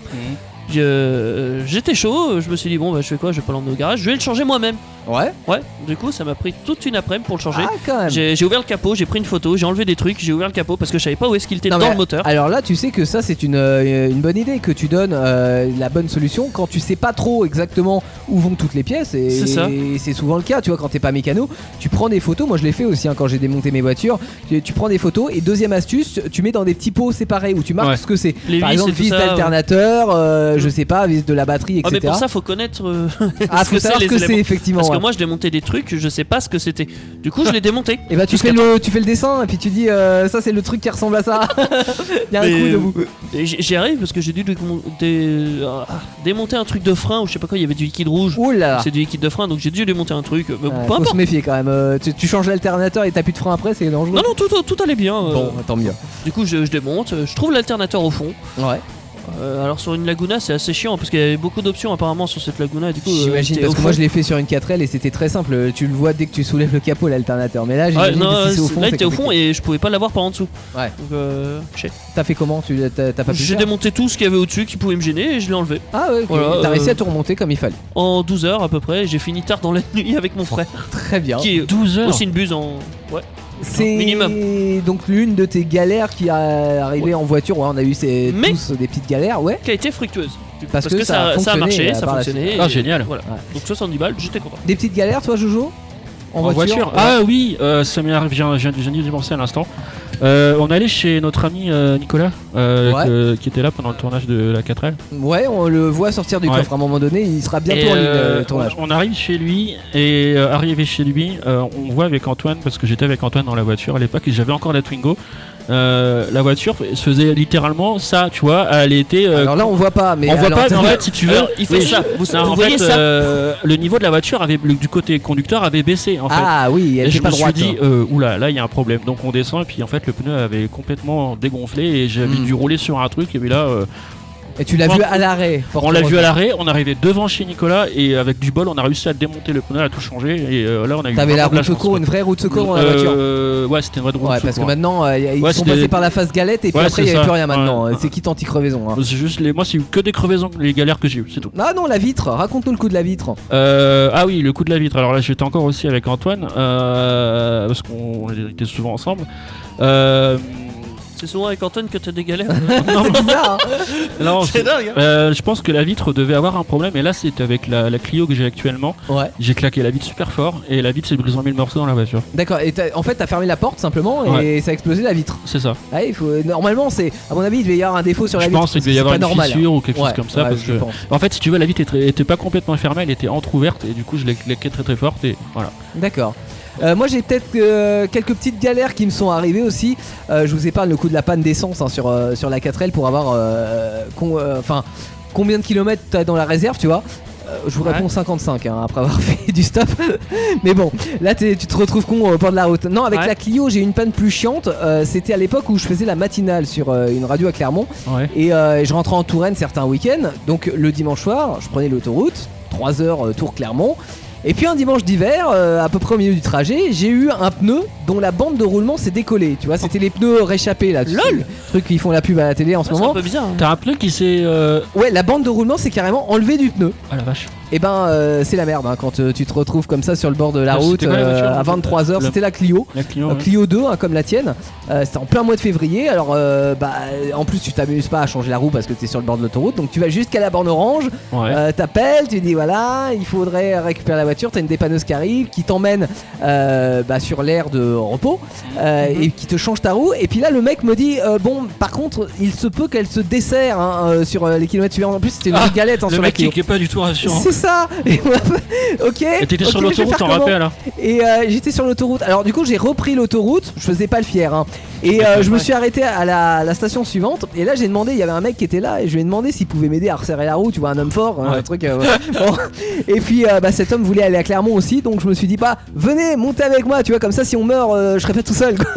Speaker 4: Je- euh, J'étais chaud, euh, je me suis dit bon bah je fais quoi, je vais pas l'emmener au garage, je vais le changer moi-même.
Speaker 3: Ouais.
Speaker 4: Ouais, du coup ça m'a pris toute une après-midi pour le changer.
Speaker 3: Ah quand même.
Speaker 4: J'ai j'ai ouvert le capot, j'ai pris une photo, j'ai enlevé des trucs, j'ai ouvert le capot parce que je savais pas où est-ce qu'il était
Speaker 3: Non,
Speaker 4: dans
Speaker 3: mais ah,
Speaker 4: le moteur.
Speaker 3: Alors là, tu sais que ça, c'est une, euh, une bonne idée que tu donnes euh, la bonne solution quand tu sais pas trop exactement où vont toutes les pièces. Et
Speaker 4: C'est ça.
Speaker 3: et c'est souvent le cas, tu vois, quand t'es pas mécano, tu prends des photos. Moi, je l'ai fait aussi hein, quand j'ai démonté mes voitures. Tu, tu prends des photos et deuxième astuce, tu mets dans des petits pots séparés où tu marques
Speaker 5: Ouais.
Speaker 3: ce que c'est.
Speaker 4: Les
Speaker 3: Par
Speaker 4: vis
Speaker 3: exemple,
Speaker 4: et tout
Speaker 3: vis
Speaker 4: ça,
Speaker 3: d'alternateur, euh, je sais pas, vis de la batterie,
Speaker 4: Ah
Speaker 3: etc.
Speaker 4: mais pour ça faut connaître euh,
Speaker 3: Ah,
Speaker 4: ce
Speaker 3: faut
Speaker 4: que c'est
Speaker 3: savoir ce
Speaker 4: les
Speaker 3: que c'est
Speaker 4: éléments.
Speaker 3: effectivement.
Speaker 4: Parce
Speaker 3: ouais.
Speaker 4: que moi je démontais des trucs, je sais pas ce que c'était. Du coup je l'ai démonté.
Speaker 3: Et bah tu
Speaker 4: Jusqu'à
Speaker 3: fais le tu fais le dessin et puis tu dis euh, ça c'est le truc qui ressemble à ça. Il y a un
Speaker 4: Mais- euh,
Speaker 3: coup debout.
Speaker 4: Et j- J'y arrive parce que j'ai dû démon- dé- ah, démonter un truc de frein ou je sais pas quoi, il y avait du liquide rouge.
Speaker 3: Ouh là là.
Speaker 4: C'est du liquide de frein donc j'ai dû démonter un truc. Mais
Speaker 3: Ouais,
Speaker 4: peu
Speaker 3: Euh, faut se
Speaker 4: importe.
Speaker 3: méfier quand même. euh, tu, tu changes l'alternateur et t'as plus de frein après, c'est dangereux.
Speaker 4: Non non tout, tout allait bien. euh,
Speaker 3: Bon, tant mieux.
Speaker 4: Du coup je- je démonte, euh, je trouve l'alternateur au fond.
Speaker 3: Ouais.
Speaker 4: Euh, alors sur une Laguna c'est assez chiant parce qu'il y avait beaucoup d'options apparemment sur cette Laguna et du coup euh,
Speaker 3: J'imagine
Speaker 4: t'es
Speaker 3: parce
Speaker 4: au
Speaker 3: que moi
Speaker 4: fond.
Speaker 3: je l'ai fait sur une 4L et c'était très simple. Tu le vois dès que tu soulèves le capot l'alternateur. Mais là,
Speaker 4: Ouais,
Speaker 3: j'imagine
Speaker 4: non,
Speaker 3: que si c'est au fond.
Speaker 4: là il
Speaker 3: c'est
Speaker 4: était au fond
Speaker 3: compliqué.
Speaker 4: et je pouvais pas l'avoir par en dessous.
Speaker 3: Ouais.
Speaker 4: Donc, euh, shit.
Speaker 3: T'as fait comment Tu t'as t'as pas pu le
Speaker 4: J'ai
Speaker 3: faire
Speaker 4: démonté tout ce qu'il y avait au-dessus qui pouvait me gêner et je l'ai enlevé.
Speaker 3: Ah ouais. ok.
Speaker 4: Voilà,
Speaker 3: t'as réussi
Speaker 4: euh,
Speaker 3: à tout remonter comme il fallait.
Speaker 4: En 12 heures à peu près, et j'ai fini tard dans la nuit avec mon frère
Speaker 3: Très bien.
Speaker 4: qui est
Speaker 5: 12 heures
Speaker 4: aussi une buse en. Ouais.
Speaker 3: C'est
Speaker 4: minimum.
Speaker 3: donc l'une de tes galères qui a arrivé en voiture. Ouais, on a eu ces,
Speaker 4: Mais-
Speaker 3: tous des petites galères. Ouais.
Speaker 4: Qui a été fructueuse.
Speaker 3: Parce que ça a
Speaker 4: ça a
Speaker 3: fonctionné,
Speaker 4: marché,
Speaker 3: euh,
Speaker 4: ça a
Speaker 3: par la
Speaker 4: fonctionné.
Speaker 5: suite. Ah,
Speaker 4: et
Speaker 5: génial.
Speaker 4: Voilà.
Speaker 3: Ouais.
Speaker 4: Donc 70 balles, j'étais content.
Speaker 3: Des petites galères, toi, Jojo En,
Speaker 5: Ah oui, euh, ça m'est arrivé, je viens, je viens d'y penser à l'instant. Euh, on allait chez notre ami euh, Nicolas, euh,
Speaker 3: Ouais.
Speaker 5: que- qui était là pendant le tournage de la 4L.
Speaker 3: Ouais, on le voit sortir du
Speaker 5: Ouais.
Speaker 3: coffre à un moment donné. Il sera bientôt
Speaker 5: Et,
Speaker 3: en ligne
Speaker 5: euh,
Speaker 3: euh, le tournage.
Speaker 5: On, on arrive chez lui et euh, arrivé chez lui, euh, on voit avec Antoine parce que j'étais avec Antoine dans la voiture à l'époque et j'avais encore la Twingo. Euh, la voiture se faisait littéralement ça, tu vois. Elle était. euh,
Speaker 3: Alors là, on voit pas, mais
Speaker 5: on voit
Speaker 3: alors,
Speaker 5: pas, mais
Speaker 3: t'as-
Speaker 5: en fait, si tu veux,
Speaker 4: Alors, il fait
Speaker 5: oui.
Speaker 4: ça. Vous,
Speaker 5: Non,
Speaker 4: vous
Speaker 5: en
Speaker 4: voyez
Speaker 5: fait,
Speaker 4: ça
Speaker 5: euh, le niveau de la voiture avait le- du côté conducteur avait baissé en fait.
Speaker 3: Ah oui, elle
Speaker 5: Et
Speaker 3: était
Speaker 5: je
Speaker 3: pas
Speaker 5: me suis
Speaker 3: droite. hein.
Speaker 5: dit, euh, oula, là il y a un problème. Donc on descend, et puis en fait le pneu avait complètement dégonflé, et j'avais
Speaker 3: Mm.
Speaker 5: dû rouler sur un truc. Et puis là, euh,
Speaker 3: Et tu l'as
Speaker 5: on-
Speaker 3: vu à l'arrêt.
Speaker 5: on l'a vu à l'arrêt, on arrivait devant chez Nicolas, et avec du bol, on a réussi à démonter le pneu, à tout changer. Et euh, là, on a eu.
Speaker 3: T'avais la
Speaker 5: vraiment
Speaker 3: route
Speaker 5: de chance,
Speaker 3: secours,
Speaker 5: quoi.
Speaker 3: une vraie route secours dans la voiture.
Speaker 5: Euh, Ouais, c'était une vraie route
Speaker 3: ouais, parce que
Speaker 5: secours.
Speaker 3: maintenant, euh, y a- ils
Speaker 5: Ouais,
Speaker 3: sont
Speaker 5: c'était-
Speaker 3: passés par la phase galette et puis
Speaker 5: Ouais,
Speaker 3: après, il n'y
Speaker 5: c'est
Speaker 3: avait plus
Speaker 5: ça.
Speaker 3: rien maintenant.
Speaker 5: Ouais.
Speaker 3: C'est qui anti-crevaison. hein.
Speaker 5: C'est juste les, moi, c'est que des crevaisons, les galères que j'ai eues, c'est tout.
Speaker 3: Ah non, la vitre, raconte-nous le coup de la vitre.
Speaker 5: Euh, ah oui, le coup de la vitre. Alors là, j'étais encore aussi avec Antoine, euh, parce qu'on était souvent ensemble. Euh,
Speaker 4: C'est souvent avec Antoine que t'as des galères.
Speaker 3: C'est bizarre. hein.
Speaker 5: là, on-
Speaker 4: c'est dingue. hein.
Speaker 5: Euh, je pense que la vitre devait avoir un problème et là c'est avec la, la Clio que j'ai actuellement.
Speaker 3: Ouais,
Speaker 5: J'ai claqué la vitre super fort et la vitre s'est brisée en mille morceaux dans la voiture.
Speaker 3: d'accord. Et t'as- en fait, t'as fermé la porte simplement et ça a explosé la vitre.
Speaker 5: C'est ça.
Speaker 3: Ouais, il faut... euh, Normalement, c'est. À mon avis, il devait y avoir un défaut sur la
Speaker 5: je
Speaker 3: vitre.
Speaker 5: pense qu'il
Speaker 3: parce que
Speaker 5: devait y
Speaker 3: c'est
Speaker 5: avoir
Speaker 3: pas
Speaker 5: une
Speaker 3: normal. hein.
Speaker 5: fissure ou quelque
Speaker 3: Ouais,
Speaker 5: chose comme ça
Speaker 3: ouais,
Speaker 5: parce
Speaker 3: je
Speaker 5: que.
Speaker 3: pense.
Speaker 5: En fait, si tu veux, la vitre était, était pas complètement fermée, elle était entrouverte et du coup je l'ai claqué très très forte et voilà.
Speaker 3: D'accord. Euh, moi j'ai peut-être euh, quelques petites galères qui me sont arrivées aussi. Euh, je vous épargne le coup de la panne d'essence hein, sur, euh, sur la 4L pour avoir euh, con- euh, enfin, combien de kilomètres t'as dans la réserve, tu vois. Euh, je vous
Speaker 4: Ouais.
Speaker 3: réponds 55 hein, après avoir fait du stop. Mais bon, là t'es- tu te retrouves con euh, au bord de la route. Non, avec
Speaker 4: Ouais.
Speaker 3: la Clio j'ai eu une panne plus chiante. Euh, C'était à l'époque où je faisais la matinale sur euh, une radio à Clermont.
Speaker 5: Ouais.
Speaker 3: Et euh, je rentrais en Touraine certains week-ends. Donc le dimanche soir, je prenais l'autoroute, 3 heures euh, Tour Clermont. Et puis un dimanche d'hiver, euh, à peu près au milieu du trajet, j'ai eu un pneu dont la bande de roulement s'est décollée. Tu vois, c'était les pneus réchappés là. tu sais,
Speaker 4: Lol.
Speaker 3: le Truc qu'ils font la pub à la télé en ce
Speaker 4: C'est un
Speaker 3: moment.
Speaker 4: peu bizarre. hein.
Speaker 5: T'as un pneu qui s'est. euh,
Speaker 3: Ouais, la bande de roulement s'est carrément enlevée du pneu.
Speaker 5: Ah la vache.
Speaker 3: Et ben, euh, c'est la merde hein, quand euh, tu te retrouves comme ça sur le bord de la
Speaker 5: Ah,
Speaker 3: route euh,
Speaker 5: c'était quoi la voiture,
Speaker 3: à
Speaker 5: en fait Ah
Speaker 3: 23h.
Speaker 5: La-
Speaker 3: C'était la Clio.
Speaker 5: La Clio.
Speaker 3: Euh,
Speaker 5: ouais.
Speaker 3: Clio 2 hein, comme la tienne, Euh, c'était en plein mois de février. Alors, euh, bah, en plus, tu t'amuses pas à changer la roue parce que t'es sur le bord de l'autoroute. Donc, tu vas jusqu'à la borne orange,
Speaker 5: hein. Ouais.
Speaker 3: euh, t'appelles, tu dis voilà, il faudrait récupérer la voiture. T'as une dépanneuse qui arrive, qui t'emmène euh, bah, sur l'aire de repos euh,
Speaker 5: Mhm.
Speaker 3: et qui te change ta roue. Et puis là, le mec me dit euh, bon, par contre, il se peut qu'elle se desserre hein, euh, sur euh, les kilomètres suivants. En plus, c'était une
Speaker 5: Ah,
Speaker 3: galette hein,
Speaker 5: le
Speaker 3: sur la
Speaker 5: mec qui
Speaker 3: Clio.
Speaker 5: qui est pas du tout rassurant.
Speaker 3: C'est ça. Et moi, ok.
Speaker 5: Et t'étais sur
Speaker 3: ok, je vais
Speaker 5: l'autoroute,
Speaker 3: faire
Speaker 5: t'en
Speaker 3: comment
Speaker 5: rappelles hein là
Speaker 3: et euh, j'étais sur l'autoroute. Alors du coup j'ai repris l'autoroute, je faisais pas le fier. hein. Et euh, je me suis arrêté à la, la station suivante. Et là j'ai demandé, il y avait un mec qui était là et je lui ai demandé s'il pouvait m'aider à resserrer la roue, tu vois, un homme fort, hein,
Speaker 5: Ouais.
Speaker 3: un truc. euh, bon. Et puis euh, bah, cet homme voulait aller à Clermont aussi, donc je me suis dit pas, venez, montez avec moi, tu vois, comme ça si on meurt, euh, je serai pas tout seul. quoi.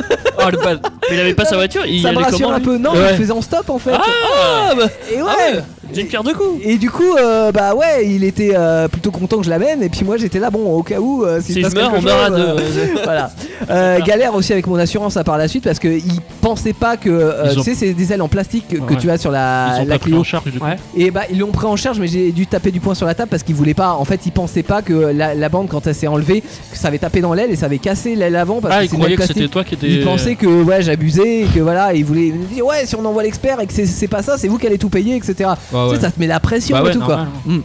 Speaker 4: Oh, le bad. Mais il avait pas sa voiture, il
Speaker 3: ça me
Speaker 4: allait
Speaker 3: rassure
Speaker 4: comment
Speaker 3: un
Speaker 4: lui
Speaker 3: peu. Non,
Speaker 5: Ouais.
Speaker 3: je le faisais en stop en fait.
Speaker 4: Ah, bah,
Speaker 3: et ouais.
Speaker 4: ah ouais, d'une pierre deux coups.
Speaker 3: Et du coup, euh, bah ouais, il était euh, plutôt content que je l'amène. Et puis moi, j'étais là, bon, au cas où, euh, s'il
Speaker 4: Si
Speaker 3: passe
Speaker 4: je meurs,
Speaker 3: quelque
Speaker 4: on meurt à
Speaker 3: chose, euh,
Speaker 4: deux.
Speaker 3: voilà. Euh, galère aussi avec mon assurance à part la suite parce que ils pensaient pas que euh,
Speaker 5: Ils ont-
Speaker 3: tu sais c'est des ailes en plastique que, que
Speaker 5: Ouais.
Speaker 3: tu as sur la,
Speaker 5: Ils ont
Speaker 3: Ah, la
Speaker 5: pas pris
Speaker 3: Clio
Speaker 5: en charge du coup.
Speaker 4: Ouais.
Speaker 3: et bah ils l'ont pris en charge mais j'ai dû taper du poing sur la table parce qu'ils voulaient pas en fait ils pensaient pas que la, la bande quand elle s'est enlevée que ça avait tapé dans l'aile et ça avait cassé l'aile avant parce
Speaker 5: Ah,
Speaker 3: que
Speaker 5: ils
Speaker 3: c'est une aile
Speaker 5: croyaient que
Speaker 3: plastique.
Speaker 5: c'était toi qui étais.
Speaker 3: Ils pensaient que ouais j'abusais et que voilà ils voulaient ils me disaient, ouais si on envoie l'expert et que c'est- c'est pas ça c'est vous qui allez tout payer etc
Speaker 5: Bah
Speaker 3: Tu
Speaker 5: ouais.
Speaker 3: sais, ça te met la pression
Speaker 5: Bah
Speaker 3: et
Speaker 5: ouais,
Speaker 3: tout
Speaker 5: normal,
Speaker 3: quoi. Mm.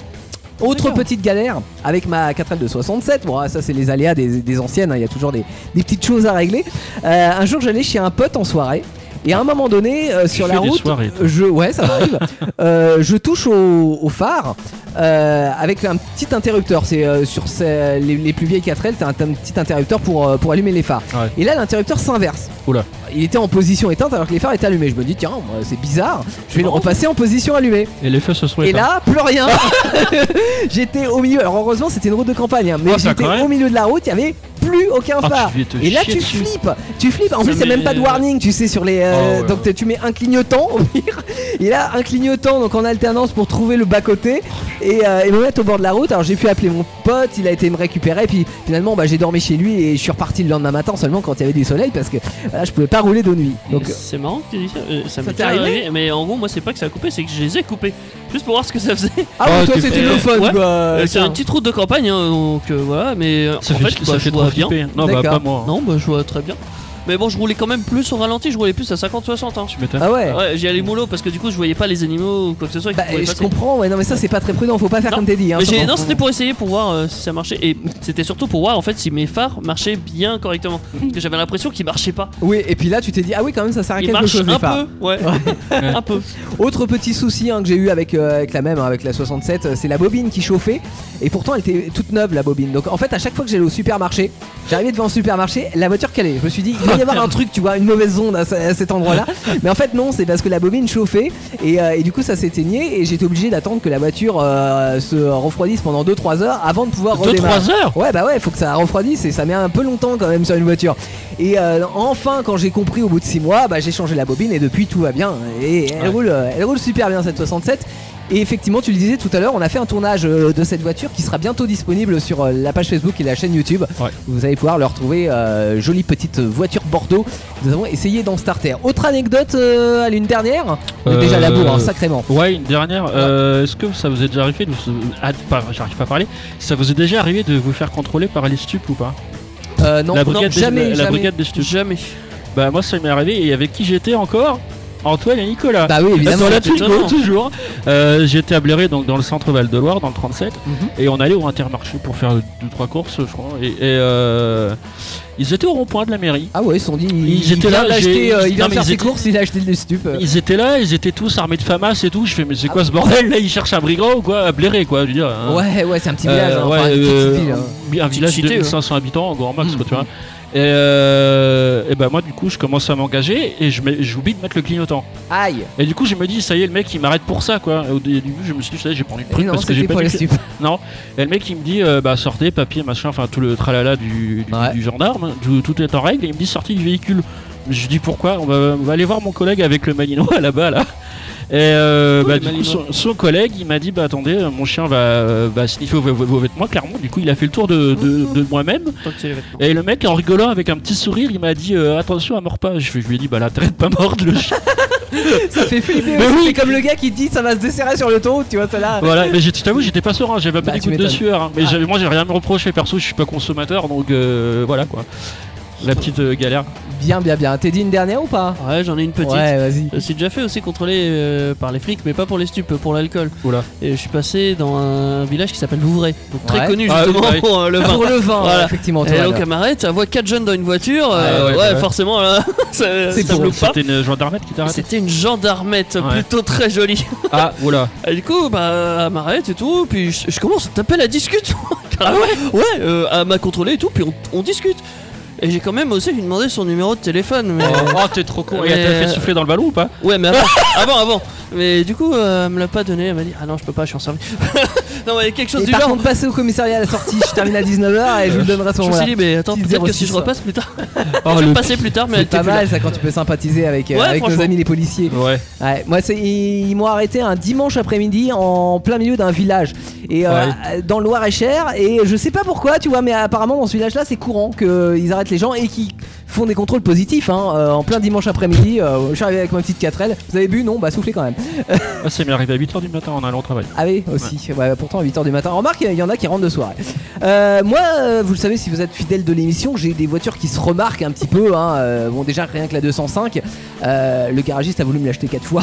Speaker 3: Autre
Speaker 4: D'accord.
Speaker 3: petite galère avec ma 4L de 67. Bon, ah, ça, c'est les aléas des, des anciennes. hein, Il y a toujours des, des petites choses à régler. Euh, un jour, j'allais chez un pote en soirée. Et à un moment donné, euh, sur
Speaker 5: fais
Speaker 3: la
Speaker 5: des
Speaker 3: route,
Speaker 5: soirées, toi.
Speaker 3: je, ouais, ça m'arrive. Euh, je touche au, au phare euh, avec un petit interrupteur. C'est euh, sur ces- les, les plus vieilles 4L, t'as un, t'as un petit interrupteur pour, euh, pour allumer les phares.
Speaker 5: Ouais.
Speaker 3: Et là, l'interrupteur s'inverse.
Speaker 5: Oula.
Speaker 3: Il était en position éteinte alors que les phares étaient allumés. Je me dis, tiens, moi, c'est bizarre. Je vais le repasser en position allumée.
Speaker 5: Et les feux se sont
Speaker 3: Et
Speaker 5: éteints.
Speaker 3: là, plus rien. j'étais au milieu. Alors heureusement, c'était une route de campagne, hein, mais
Speaker 5: Oh, ça,
Speaker 3: j'étais
Speaker 5: quand même.
Speaker 3: au milieu de la route. Il y avait plus aucun
Speaker 5: Ah,
Speaker 3: phare.
Speaker 5: tu devais te
Speaker 3: et là,
Speaker 5: chier
Speaker 3: tu
Speaker 5: dessus.
Speaker 3: flippes. Tu flippes. En
Speaker 5: Ça
Speaker 3: plus, il n'y a
Speaker 5: met-
Speaker 3: même pas de warning. Tu sais sur les. euh,
Speaker 5: Oh, ouais,
Speaker 3: donc
Speaker 5: ouais.
Speaker 3: tu mets un clignotant au pire. Et là, un clignotant donc en alternance pour trouver le bas côté et, euh, et me mettre au bord de la route. Alors j'ai pu appeler mon pote. Il a été me récupérer. Puis finalement, bah, j'ai dormi chez lui et je suis reparti le lendemain matin seulement quand il y avait du soleil parce que voilà, je pouvais pas rouler de nuit. Donc
Speaker 4: C'est marrant que tu dis ça. euh, ça m'est
Speaker 3: t'est
Speaker 4: déjà
Speaker 3: arrivé
Speaker 4: arrivé, mais en gros, moi, c'est pas que ça a coupé, c'est que je les ai coupés. Juste pour voir ce que ça faisait.
Speaker 3: ah
Speaker 5: ouais,
Speaker 3: oui, toi
Speaker 5: t'es
Speaker 3: c'était
Speaker 5: fait-
Speaker 3: le fun.
Speaker 4: Ouais.
Speaker 3: quoi.
Speaker 4: Euh, c'est
Speaker 3: Tiens.
Speaker 4: une petite route de campagne, hein, donc euh, voilà, mais euh,
Speaker 5: Ça
Speaker 4: en
Speaker 5: fait,
Speaker 4: fait,
Speaker 5: ça
Speaker 4: bah,
Speaker 5: fait
Speaker 4: je
Speaker 5: trop
Speaker 4: vois bien.
Speaker 5: flipper. Non, bah
Speaker 3: D'accord.
Speaker 5: pas moi.
Speaker 4: Non, bah je vois très bien. Mais bon, je roulais quand même plus au ralenti, je roulais plus à 50-60. hein.
Speaker 5: Tu m'étonnes.
Speaker 3: Ah ouais.
Speaker 4: Ouais, j'y allais mollo parce que du coup, je voyais pas les animaux ou quoi que ce soit. qui
Speaker 3: Bah,
Speaker 4: pouvaient
Speaker 3: je
Speaker 4: passer.
Speaker 3: comprends, ouais, non, mais ça c'est pas très prudent, faut pas faire
Speaker 4: Non,
Speaker 3: comme t'as dit. Hein,
Speaker 4: Mais j'ai-
Speaker 3: sûrement.
Speaker 4: non, c'était pour essayer pour voir euh, si ça marchait et c'était surtout pour voir en fait si mes phares marchaient bien correctement parce que j'avais l'impression qu'ils marchaient pas.
Speaker 3: Oui, et puis là tu t'es dit, ah oui, quand même ça sert à
Speaker 4: Ils
Speaker 3: quelque
Speaker 4: marchent
Speaker 3: chose, les
Speaker 4: un
Speaker 3: phares.
Speaker 4: peu, ouais, un peu.
Speaker 3: Autre petit souci hein, que j'ai eu avec, euh, avec la même, hein, avec la 67, euh, c'est la bobine qui chauffait. Et pourtant elle était toute neuve la bobine. Donc en fait, à chaque fois que j'allais au supermarché, j'arrivais devant un supermarché, la voiture calait. Je me suis dit, il doit y avoir un truc, tu vois, une mauvaise onde à, ce- à cet endroit-là. Mais en fait, non, c'est parce que la bobine chauffait et, euh, et du coup ça s'éteignait et j'étais obligé d'attendre que la voiture euh, se refroidisse pendant 2-3 heures avant de pouvoir redémarrer.
Speaker 5: 2-3 heures
Speaker 3: Ouais bah ouais faut que ça refroidisse et ça met un peu longtemps quand même sur une voiture Et euh, enfin quand j'ai compris au bout de 6 mois bah j'ai changé la bobine et depuis tout va bien et elle
Speaker 5: Ouais.
Speaker 3: roule euh, elle roule super bien cette 67 et effectivement tu le disais tout à l'heure on a fait un tournage euh, de cette voiture qui sera bientôt disponible sur euh, la page Facebook et la chaîne YouTube
Speaker 5: Ouais.
Speaker 3: Vous allez pouvoir le retrouver euh, jolie petite voiture Bordeaux Nous avons essayé d'en starter Autre anecdote euh, à l'une dernière On est Déjà à la bourre hein,
Speaker 5: Euh,
Speaker 3: sacrément
Speaker 5: Ouais, une dernière. Euh, Est-ce que ça vous est déjà arrivé de vous... ah, pas- J'arrive pas à parler. Ça vous est déjà arrivé de vous faire contrôler par les stupes ou pas
Speaker 3: Euh, Non,
Speaker 5: La
Speaker 3: non,
Speaker 5: brigade des-
Speaker 3: jamais,
Speaker 5: la- la
Speaker 3: jamais.
Speaker 5: brigade des stupes.
Speaker 4: Jamais.
Speaker 5: Bah moi ça m'est arrivé et avec qui j'étais encore Antoine et Nicolas.
Speaker 3: Bah oui évidemment
Speaker 5: Sur la
Speaker 4: c'est
Speaker 5: Twingo,
Speaker 4: étonnant.
Speaker 5: toujours. Euh, J'étais à Bléré, donc dans le centre Val de Loire, dans le 37,
Speaker 3: Mhm.
Speaker 5: et on allait au Intermarché pour faire deux trois courses, je crois. Et, et, euh, ils étaient au rond-point de la mairie.
Speaker 3: Ah ouais, ils se sont dit, il,
Speaker 5: Ils
Speaker 3: il
Speaker 5: étaient
Speaker 3: vient
Speaker 5: là,
Speaker 3: d'acheter,
Speaker 5: j'ai-
Speaker 3: euh, il vient
Speaker 5: Non,
Speaker 3: de
Speaker 5: mais
Speaker 3: faire
Speaker 5: ils
Speaker 3: ses
Speaker 5: étaient-
Speaker 3: courses, il a acheté des stupes.
Speaker 5: Ils étaient là, ils étaient tous armés de FAMAS et tout. Je fais mais c'est quoi ce bordel là Ils cherchent un brigand ou quoi À Bléré quoi, je veux dire. hein.
Speaker 3: Ah Ouais, ouais, c'est un petit village,
Speaker 5: Euh,
Speaker 3: hein,
Speaker 5: ouais,
Speaker 3: enfin, une petite
Speaker 5: euh,
Speaker 3: ville, hein. Mm.
Speaker 5: un village
Speaker 4: cité,
Speaker 5: de
Speaker 4: ouais.
Speaker 5: 1500 habitants, en grand max, quoi, tu vois. Et, euh, et bah moi, du coup, je commence à m'engager et je mets- j'oublie de mettre le clignotant.
Speaker 3: Aïe,
Speaker 5: Et du coup, je me dis, ça y est, le mec, il m'arrête pour ça, quoi. Au dé- début, je me suis dit, ça y est, j'ai prendre une
Speaker 3: Et
Speaker 5: prune
Speaker 3: non,
Speaker 5: parce que j'ai
Speaker 3: c'était
Speaker 5: pas
Speaker 3: pour
Speaker 5: dit
Speaker 3: les
Speaker 5: que-
Speaker 3: stupes.
Speaker 5: Non. Et le mec, il me dit, euh, bah sortez, papier, machin, enfin tout le tralala du, du-
Speaker 3: Ouais.
Speaker 5: du gendarme, du- tout est en règle. Et il me dit, sortez du véhicule. Je dis pourquoi on va, on va aller voir mon collègue avec le malinois là-bas là. Et euh, bah, du
Speaker 4: les
Speaker 5: coup, son, son collègue, il m'a dit bah attendez, euh, mon chien va, euh, va sniffer vos, vos- vos vêtements, clairement. Du coup, il a fait le tour de, de- de moi-même.
Speaker 4: Tant que c'est les vêtements.
Speaker 5: Et le mec, en rigolant avec un petit sourire, il m'a dit euh, attention, à mord pas. Je, je lui ai dit bah l'intérêt de pas mordre le chien.
Speaker 3: Ça fait flipper
Speaker 5: Mais
Speaker 3: aussi,
Speaker 5: oui.
Speaker 3: c'est comme le gars qui dit ça va se desserrer sur le ton, tu vois, ça là.
Speaker 5: voilà. Mais j'ai- je t'avoue, j'étais pas serein, j'avais pas
Speaker 3: Bah,
Speaker 5: des
Speaker 3: tu
Speaker 5: gouttes de
Speaker 3: m'étonnes.
Speaker 5: sueur. hein. Mais
Speaker 3: Ah.
Speaker 5: j'avais- moi, j'ai rien à me reprocher perso. Je suis pas consommateur, donc euh, voilà quoi. La petite euh, galère.
Speaker 3: Bien, bien, bien. T'es dit une dernière ou pas
Speaker 4: Ouais, j'en ai une petite.
Speaker 3: Ouais, vas-y.
Speaker 4: Je me suis déjà fait aussi contrôler euh, par les flics, mais pas pour les stupes, pour l'alcool.
Speaker 5: Oula.
Speaker 4: Et je suis passé dans un village qui s'appelle Vouvray, donc très
Speaker 3: Ouais.
Speaker 4: connu
Speaker 5: Ah,
Speaker 4: justement
Speaker 5: oui, bah
Speaker 4: pour euh, le vin.
Speaker 3: Pour le vin,
Speaker 4: Voilà. Eh,
Speaker 3: effectivement.
Speaker 4: Et
Speaker 3: toi,
Speaker 4: donc
Speaker 3: alors.
Speaker 4: à Marais, tu vois quatre jeunes dans une voiture, euh,
Speaker 5: Ah, ouais,
Speaker 4: ouais,
Speaker 5: ouais.
Speaker 4: forcément là, ça,
Speaker 3: C'est
Speaker 4: ça
Speaker 3: pour-
Speaker 4: bloque pas.
Speaker 5: C'était une gendarmette qui t'arrête.
Speaker 4: C'était une gendarmette
Speaker 5: Ouais.
Speaker 4: plutôt très jolie.
Speaker 5: Ah, oula.
Speaker 4: Et du coup, bah, elle m'arrête et tout, puis je, je commence à taper la discute. ah ouais Ouais, euh, elle m'a contrôlé et tout, puis on, on discute. Et j'ai quand même osé lui demander son numéro de téléphone. Mais...
Speaker 5: Oh, t'es trop con. Et elle t'a
Speaker 4: Mais-
Speaker 5: fait souffler dans le ballon ou pas
Speaker 4: Ouais, mais avant, avant, avant. Mais du coup, euh, elle me l'a pas donné. Elle m'a dit, ah non, je peux pas, je suis en service. non, mais quelque chose
Speaker 3: Et
Speaker 4: du
Speaker 3: par
Speaker 4: genre.
Speaker 3: contre, passez au commissariat à la sortie, je termine à 19h et je vous le donnerai à ce
Speaker 4: Je me suis
Speaker 3: moment-là.
Speaker 4: dit, mais attends,
Speaker 3: Petit
Speaker 4: peut-être que
Speaker 3: 06,
Speaker 4: si je
Speaker 3: ça.
Speaker 4: repasse plus tard.
Speaker 5: Oh,
Speaker 4: je
Speaker 5: le-
Speaker 4: vais passer plus tard, mais elle
Speaker 3: C'est
Speaker 4: était
Speaker 3: pas
Speaker 4: plus
Speaker 3: mal
Speaker 4: là.
Speaker 3: ça quand tu peux sympathiser avec, euh,
Speaker 4: Ouais,
Speaker 3: avec nos
Speaker 4: franchement.
Speaker 3: amis les policiers.
Speaker 5: Ouais.
Speaker 3: euh, Ouais, moi, c'est, ils, ils m'ont arrêté un dimanche après-midi en plein milieu d'un village et euh, dans le Loir-et-Cher et je sais pas pourquoi, tu vois, mais apparemment dans ce village-là, c'est courant qu'ils arrêtent les gens et qu'ils font des contrôles positifs hein, euh, en plein dimanche après-midi. euh, je suis arrivé avec ma petite 4L. Vous avez bu Non, bah soufflez quand même.
Speaker 5: Ah, ça m'est arrivé à 8h du matin en allant au travail.
Speaker 3: Ah oui, aussi. Ouais, pourtant, à 8h du matin. Remarque, il y en a qui rentrent de soirée. Euh, moi, euh, vous le savez, si vous êtes fidèle de l'émission, j'ai des voitures qui se remarquent un petit peu. Hein. Euh, bon, déjà, rien que la 205, euh, le garagiste a voulu me l'acheter 4 fois.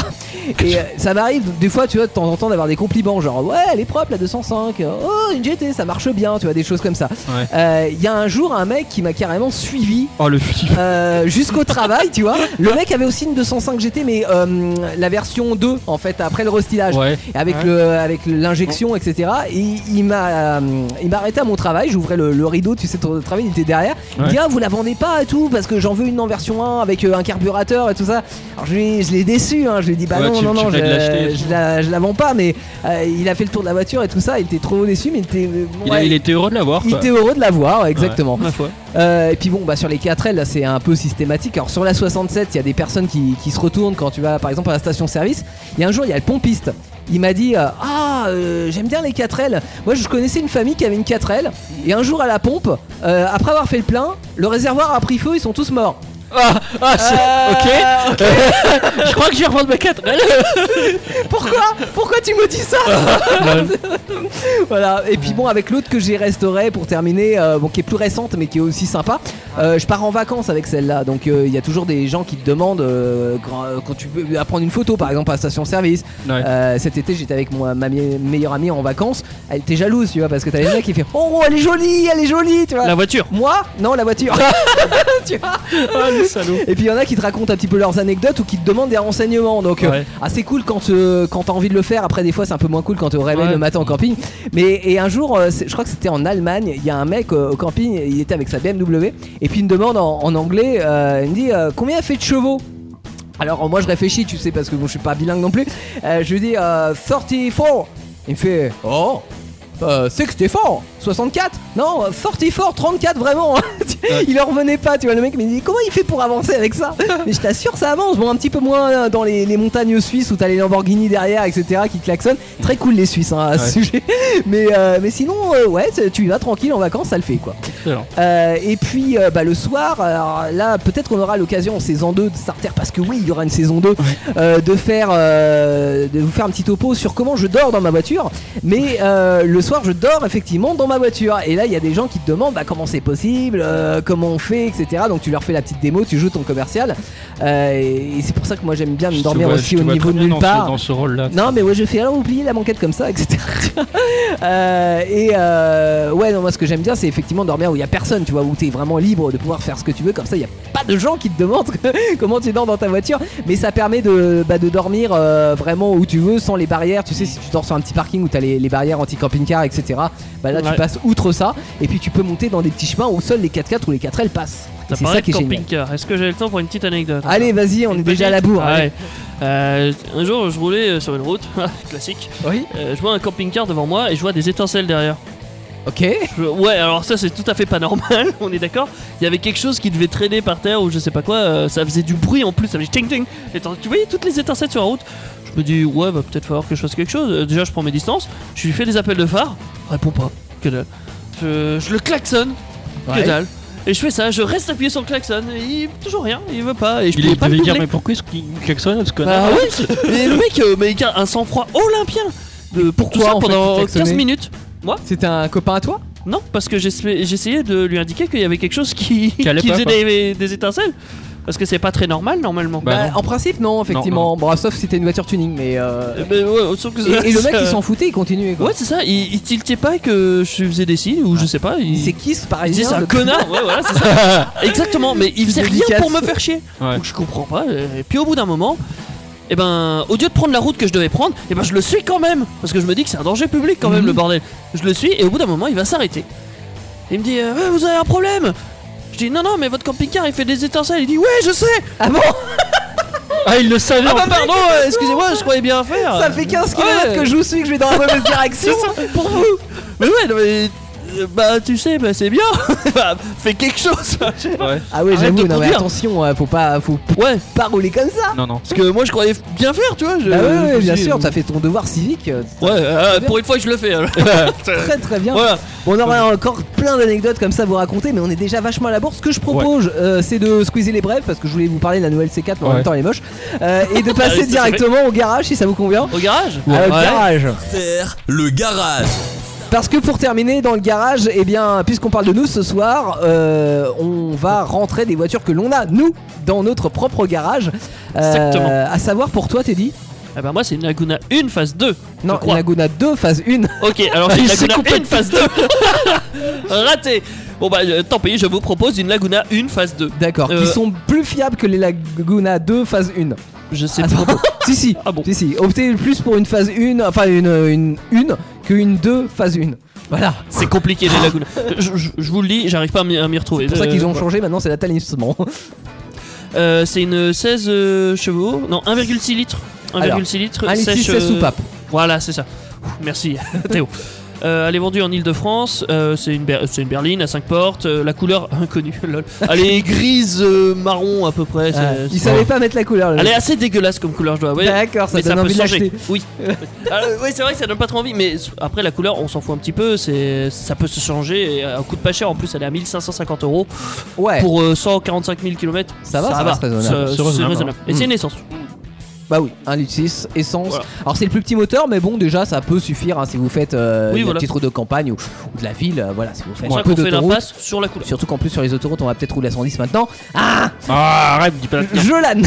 Speaker 3: Et euh, ça m'arrive, des fois, tu vois, de temps en temps, d'avoir des compliments. Genre, ouais, elle est propre, la 205. Oh, une GT, ça marche bien, tu vois, des choses comme ça.
Speaker 5: Ouais.
Speaker 3: Euh, Il y a un jour, un mec qui m'a carrément suivi
Speaker 5: Oh, le flic.
Speaker 3: euh, jusqu'au travail, tu vois. Le mec avait aussi une 205 GT, mais euh, la version 2, en fait, après le restylage
Speaker 5: Ouais.
Speaker 3: et avec
Speaker 5: Ouais.
Speaker 3: le avec l'injection etc et il, il m'a euh, il m'a arrêté à mon travail j'ouvrais le, le rideau tu sais ton travail il était derrière il me dit ah vous la vendez pas et tout parce que j'en veux une en version 1 avec euh, un carburateur et tout ça alors je, l'ai- je l'ai déçu hein. je lui ai dit bah
Speaker 5: Ouais,
Speaker 3: non
Speaker 5: tu-
Speaker 3: non
Speaker 5: tu
Speaker 3: non je,
Speaker 5: venais de l'acheter.
Speaker 3: je la, je la vends pas mais euh, il a fait le tour de la voiture et tout ça il était trop déçu mais il était euh,
Speaker 5: Il,
Speaker 3: ouais,
Speaker 5: a- il était heureux de l'avoir.
Speaker 3: il
Speaker 5: quoi.
Speaker 3: était heureux de la voir exactement
Speaker 5: Ma foi.
Speaker 3: euh, et puis bon, bah sur les 4L, là, c'est un peu systématique. Alors sur la 67, il y a des personnes qui, qui se retournent quand tu vas par exemple à la station-service. Il y a un jour, il y a le pompiste. Il m'a dit euh, Ah, euh, j'aime bien les 4L. Moi, je connaissais une famille qui avait une 4L. Et un jour, à la pompe, euh, après avoir fait le plein, le réservoir a pris feu, ils sont tous morts.
Speaker 5: Ah, ah c'est.
Speaker 3: Euh,
Speaker 5: Ok. je crois que je vais revendre ma 4
Speaker 3: Pourquoi Pourquoi tu me dis ça Voilà. Et puis bon, avec l'autre que j'ai restauré pour terminer, euh, bon, qui est plus récente mais qui est aussi sympa, euh, je pars en vacances avec celle-là. Donc euh, il y a toujours des gens qui te demandent euh, quand, euh, quand tu veux à prendre une photo, par exemple à la station-service.
Speaker 5: Ouais.
Speaker 3: Euh, cet été, j'étais avec moi, ma me- meilleure amie en vacances. Elle était jalouse, tu vois, parce que t'avais le mec qui fait Oh, elle est jolie, elle est jolie, tu vois.
Speaker 4: La voiture.
Speaker 3: Moi Non, la voiture. tu vois
Speaker 5: Ah, le salaud.
Speaker 3: et puis il y en a qui te racontent un petit peu leurs anecdotes ou qui te demandent des renseignements. Donc euh,
Speaker 5: Ouais.
Speaker 3: ah, c'est cool quand, euh, quand t'as envie de le faire. Après des fois c'est un peu moins cool quand tu réveilles
Speaker 5: Ouais.
Speaker 3: le matin en camping. Mais et un jour, euh, c'est- je crois que c'était en Allemagne, il y a un mec euh, au camping, il était avec sa BMW et puis il me demande en, en anglais, euh, il me dit euh, combien elle fait de chevaux alors euh, moi je réfléchis, tu sais, parce que bon, je suis pas bilingue non plus. Euh, je lui dis euh, 34. Il me fait oh. Euh, 64 64 Non, euh, 44, 34 vraiment Il en revenait pas, tu vois, le mec me dit comment il fait pour avancer avec ça Mais je t'assure ça avance, bon un petit peu moins euh, dans les, les montagnes suisses où t'as les Lamborghini derrière, etc. qui klaxonnent. Très cool les Suisses hein, à ce sujet. Mais, euh, mais sinon, euh, ouais, tu y vas tranquille en vacances, ça le fait quoi.
Speaker 5: Excellent.
Speaker 3: Euh, et puis euh, bah, le soir, alors là peut-être qu'on aura l'occasion en saison 2 de Starter, parce que oui, il y aura une saison 2, euh, de, faire, euh, de vous faire un petit topo sur comment je dors dans ma voiture. Mais euh, le soir, je dors effectivement dans ma voiture. Et là, il y a des gens qui te demandent bah, comment c'est possible, euh, comment on fait, etc. Donc tu leur fais la petite démo, tu joues ton commercial. Euh, et et c'est pour ça que moi j'aime bien me
Speaker 5: Je te
Speaker 3: dormir
Speaker 5: vois- je
Speaker 3: aussi
Speaker 5: te
Speaker 3: au
Speaker 5: vois
Speaker 3: niveau
Speaker 5: très
Speaker 3: de
Speaker 5: bien
Speaker 3: nulle
Speaker 5: dans ce-
Speaker 3: part.
Speaker 5: Dans ce rôle-là.
Speaker 3: Non, mais ouais, je fais alors oublier la banquette comme ça, etc. Euh, et euh, ouais, non, moi ce que j'aime bien, c'est effectivement dormir où il y a personne, tu vois, où t'es vraiment libre de pouvoir faire ce que tu veux, comme ça, il y a pas de gens qui te demandent comment tu dors dans ta voiture, mais ça permet de, bah, de dormir euh, vraiment où tu veux, sans les barrières. Tu sais, si tu dors sur un petit parking où t'as les, les barrières anti-camping-car, etc., bah là, tu
Speaker 4: Ouais.
Speaker 3: passes outre ça, et puis tu peux monter dans des petits chemins où seuls les 4x4 ou les 4L passent. Et
Speaker 4: Ça
Speaker 3: C'est ça
Speaker 4: parlait
Speaker 3: qui
Speaker 4: de
Speaker 3: est génial.
Speaker 4: camping-car. Est-ce que j'ai le temps pour une petite anecdote
Speaker 3: Allez, vas-y, on est
Speaker 4: Une
Speaker 3: déjà à la
Speaker 4: petite
Speaker 3: bourre.
Speaker 4: Ah
Speaker 3: allez.
Speaker 4: ouais. Euh, un jour, je roulais euh, sur une route, classique.
Speaker 3: Oui.
Speaker 4: Euh, je vois un camping-car devant moi et je vois des étincelles derrière.
Speaker 3: Ok.
Speaker 4: Je- Ouais, alors ça, c'est tout à fait pas normal, on est d'accord. Il y avait quelque chose qui devait traîner par terre ou je sais pas quoi. euh, ça faisait du bruit en plus, ça faisait ting ting. Et t'en- tu voyais toutes les étincelles sur la route. Je Je me dis, ouais, va peut-être falloir que je fasse quelque chose. Euh, Déjà, je prends mes distances. Je lui fais des appels de phare. Réponds pas. Que dalle. Je, je le klaxonne.
Speaker 3: Ouais.
Speaker 4: Que dalle. Et je fais ça, je reste appuyé sur le klaxon. Et il, toujours rien, il veut pas. Et je
Speaker 5: Il
Speaker 4: pouvais
Speaker 5: est
Speaker 4: pas le
Speaker 5: devait dire,
Speaker 4: doubler.
Speaker 5: mais pourquoi est-ce qu'il klaxonne ce connard
Speaker 4: Bah
Speaker 3: Ah
Speaker 4: oui Mais le mec, euh, mais il a un sang-froid olympien de, pour tout
Speaker 3: pourquoi,
Speaker 4: ça
Speaker 3: en fait,
Speaker 4: pendant
Speaker 3: il t'a
Speaker 4: 15
Speaker 3: klaxonné
Speaker 4: minutes.
Speaker 3: C'était un copain à toi
Speaker 4: Non, parce que j'essa- j'essayais de lui indiquer qu'il y avait quelque chose qui,
Speaker 5: Qui allait
Speaker 4: qui
Speaker 5: pas,
Speaker 4: faisait
Speaker 5: quoi.
Speaker 4: des, des étincelles. Parce que c'est pas très normal normalement.
Speaker 5: Bah, non.
Speaker 3: En principe, non, effectivement. Bon, sauf si c'était une voiture tuning, mais. euh,
Speaker 4: Euh, mais ouais, sauf que ça-
Speaker 3: Et, et le mec,
Speaker 4: ça-
Speaker 3: il s'en foutait, il continuait quoi.
Speaker 4: Ouais, c'est ça, il, il tiltait pas que je faisais des signes ou je sais pas. Il,
Speaker 3: C'est qui ce
Speaker 4: il disait
Speaker 3: parisien
Speaker 4: c'est un
Speaker 3: le-
Speaker 4: connard, ouais, voilà, c'est ça. Exactement, mais il faisait rien
Speaker 3: Dédicace.
Speaker 4: pour me faire chier.
Speaker 5: Ouais.
Speaker 4: Donc je comprends pas. euh, Et puis au bout d'un moment, et ben, au lieu de prendre la route que je devais prendre, et ben je le suis quand même. Parce que je me dis que c'est un danger public quand même,
Speaker 3: Mhm.
Speaker 4: le bordel. Je le suis et au bout d'un moment, il va s'arrêter. Il me dit euh, Ouais, Vous avez un problème Je dis Non, non, mais votre camping-car il fait des étincelles. Il dit Ouais, je sais
Speaker 3: Ah bon
Speaker 5: Ah, il le savait
Speaker 4: Ah
Speaker 5: en
Speaker 4: bah
Speaker 3: Oh,
Speaker 5: plus.
Speaker 4: pardon, euh, excusez-moi, je croyais bien faire.
Speaker 3: Ça fait 15 km
Speaker 4: Ouais.
Speaker 3: que je vous suis, que je vais dans la mauvaise direction pour vous
Speaker 4: Mais ouais, non, mais. euh, Bah, tu sais, bah, c'est bien. bah, fais quelque chose.
Speaker 3: Ah ouais,
Speaker 4: Arrête
Speaker 3: j'avoue,
Speaker 4: de
Speaker 3: non mais
Speaker 4: conduire.
Speaker 3: attention, euh, faut pas, faut
Speaker 4: ouais,
Speaker 3: pas rouler comme ça
Speaker 5: Non, non.
Speaker 4: parce que moi je croyais bien faire, tu vois. Je,
Speaker 3: Ah ouais,
Speaker 4: je me
Speaker 3: ouais, bien
Speaker 4: suis-
Speaker 3: sûr, t'as fait ton devoir civique, euh,
Speaker 4: Ouais, euh, pour une fois je le fais. alors.
Speaker 3: très très bien.
Speaker 4: voilà.
Speaker 3: Bon, on aurait encore plein d'anecdotes comme ça à vous raconter, mais on est déjà vachement à la bourse. Ce que je propose, euh, c'est de squeezer les brèves, parce que je voulais vous parler de la nouvelle C4, mais en
Speaker 5: Ouais.
Speaker 3: même temps elle est moche, euh, et de passer
Speaker 4: oui, ça, ça fait-
Speaker 3: directement au garage si ça vous convient.
Speaker 4: Au garage
Speaker 3: Ah, au
Speaker 4: Ouais.
Speaker 3: garage.
Speaker 1: Terre, le garage.
Speaker 3: Parce que pour terminer dans le garage, eh bien, puisqu'on parle de nous ce soir, euh, on va rentrer des voitures que l'on a, nous, dans notre propre garage. Euh,
Speaker 4: Exactement.
Speaker 3: À savoir pour toi, Teddy
Speaker 4: Ah bah moi c'est une Laguna 1 phase 2.
Speaker 3: Non,
Speaker 4: crois.
Speaker 3: Laguna 2, phase 1.
Speaker 4: Ok, alors c'est
Speaker 5: Il
Speaker 4: une
Speaker 5: s'est
Speaker 4: Laguna
Speaker 5: coupé
Speaker 4: 1 phase 2. Raté. Bon bah euh, tant pis, je vous propose une Laguna 1 phase 2.
Speaker 3: D'accord.
Speaker 4: Euh.
Speaker 3: Qui sont plus fiables que les Laguna 2, phase 1.
Speaker 4: Je sais
Speaker 3: À ce
Speaker 4: pas.
Speaker 3: propos. si, si.
Speaker 4: Ah bon.
Speaker 3: Si, si. Optez plus pour une phase 1, enfin une, une, une, que une 2, phase 1. Voilà.
Speaker 4: C'est compliqué les Laguna. je, je- je vous le dis, j'arrive pas à m'y à m'y retrouver.
Speaker 3: C'est pour ça qu'ils ont
Speaker 4: Euh,
Speaker 3: changé, maintenant c'est la talisman.
Speaker 4: Euh, c'est une 16 euh, chevaux, non 1,6 litres. 1,6 litres.
Speaker 3: Un litre
Speaker 4: sèche,
Speaker 3: 6
Speaker 4: euh,
Speaker 3: soupape.
Speaker 4: Voilà, c'est ça. Ouh, Merci, Théo. Euh, elle est vendue en Ile-de-France, euh, c'est une, ber- c'est une berline à 5 portes, euh, la couleur inconnue, lol. Elle est grise euh, marron à peu près. c'est-
Speaker 3: Euh,
Speaker 4: c'est-
Speaker 3: ils savaient pas mettre la couleur. le
Speaker 4: Elle est
Speaker 3: mec.
Speaker 4: assez dégueulasse comme couleur, je dois avouer.
Speaker 3: D'accord, ça
Speaker 4: mais
Speaker 3: donne
Speaker 4: ça peut
Speaker 3: envie de
Speaker 4: changer.
Speaker 3: l'acheter.
Speaker 4: Oui, Euh, oui c'est vrai que ça donne pas trop envie, mais s- après la couleur, on s'en fout un petit peu. C'est, ça peut se changer et elle coûte pas cher. En plus, elle est à 1550 euros
Speaker 3: Ouais.
Speaker 4: pour euh, 145 000 km.
Speaker 3: Ça va, ça reste raisonnable.
Speaker 5: C'est
Speaker 4: C'est
Speaker 5: raisonnable, Mm.
Speaker 4: raisonnable. Et
Speaker 3: hein.
Speaker 4: c'est une essence.
Speaker 3: Bah oui, 1 litre 6, essence.
Speaker 4: Voilà.
Speaker 3: Alors c'est le plus petit moteur, mais bon, déjà ça peut suffire hein, si vous faites euh,
Speaker 4: Oui,
Speaker 3: des
Speaker 4: voilà.
Speaker 3: petits trous de campagne ou, ou de la ville. euh, voilà, si vous
Speaker 4: C'est
Speaker 3: faites
Speaker 4: pour
Speaker 3: un
Speaker 4: ça
Speaker 3: peu
Speaker 4: qu'on fait
Speaker 3: d'autoroute.
Speaker 4: l'impasse sur la couleur.
Speaker 3: Surtout qu'en plus sur les autoroutes, on va peut-être rouler à 110 maintenant. Ah
Speaker 5: Ah, arrête, dis pas la
Speaker 3: Jolan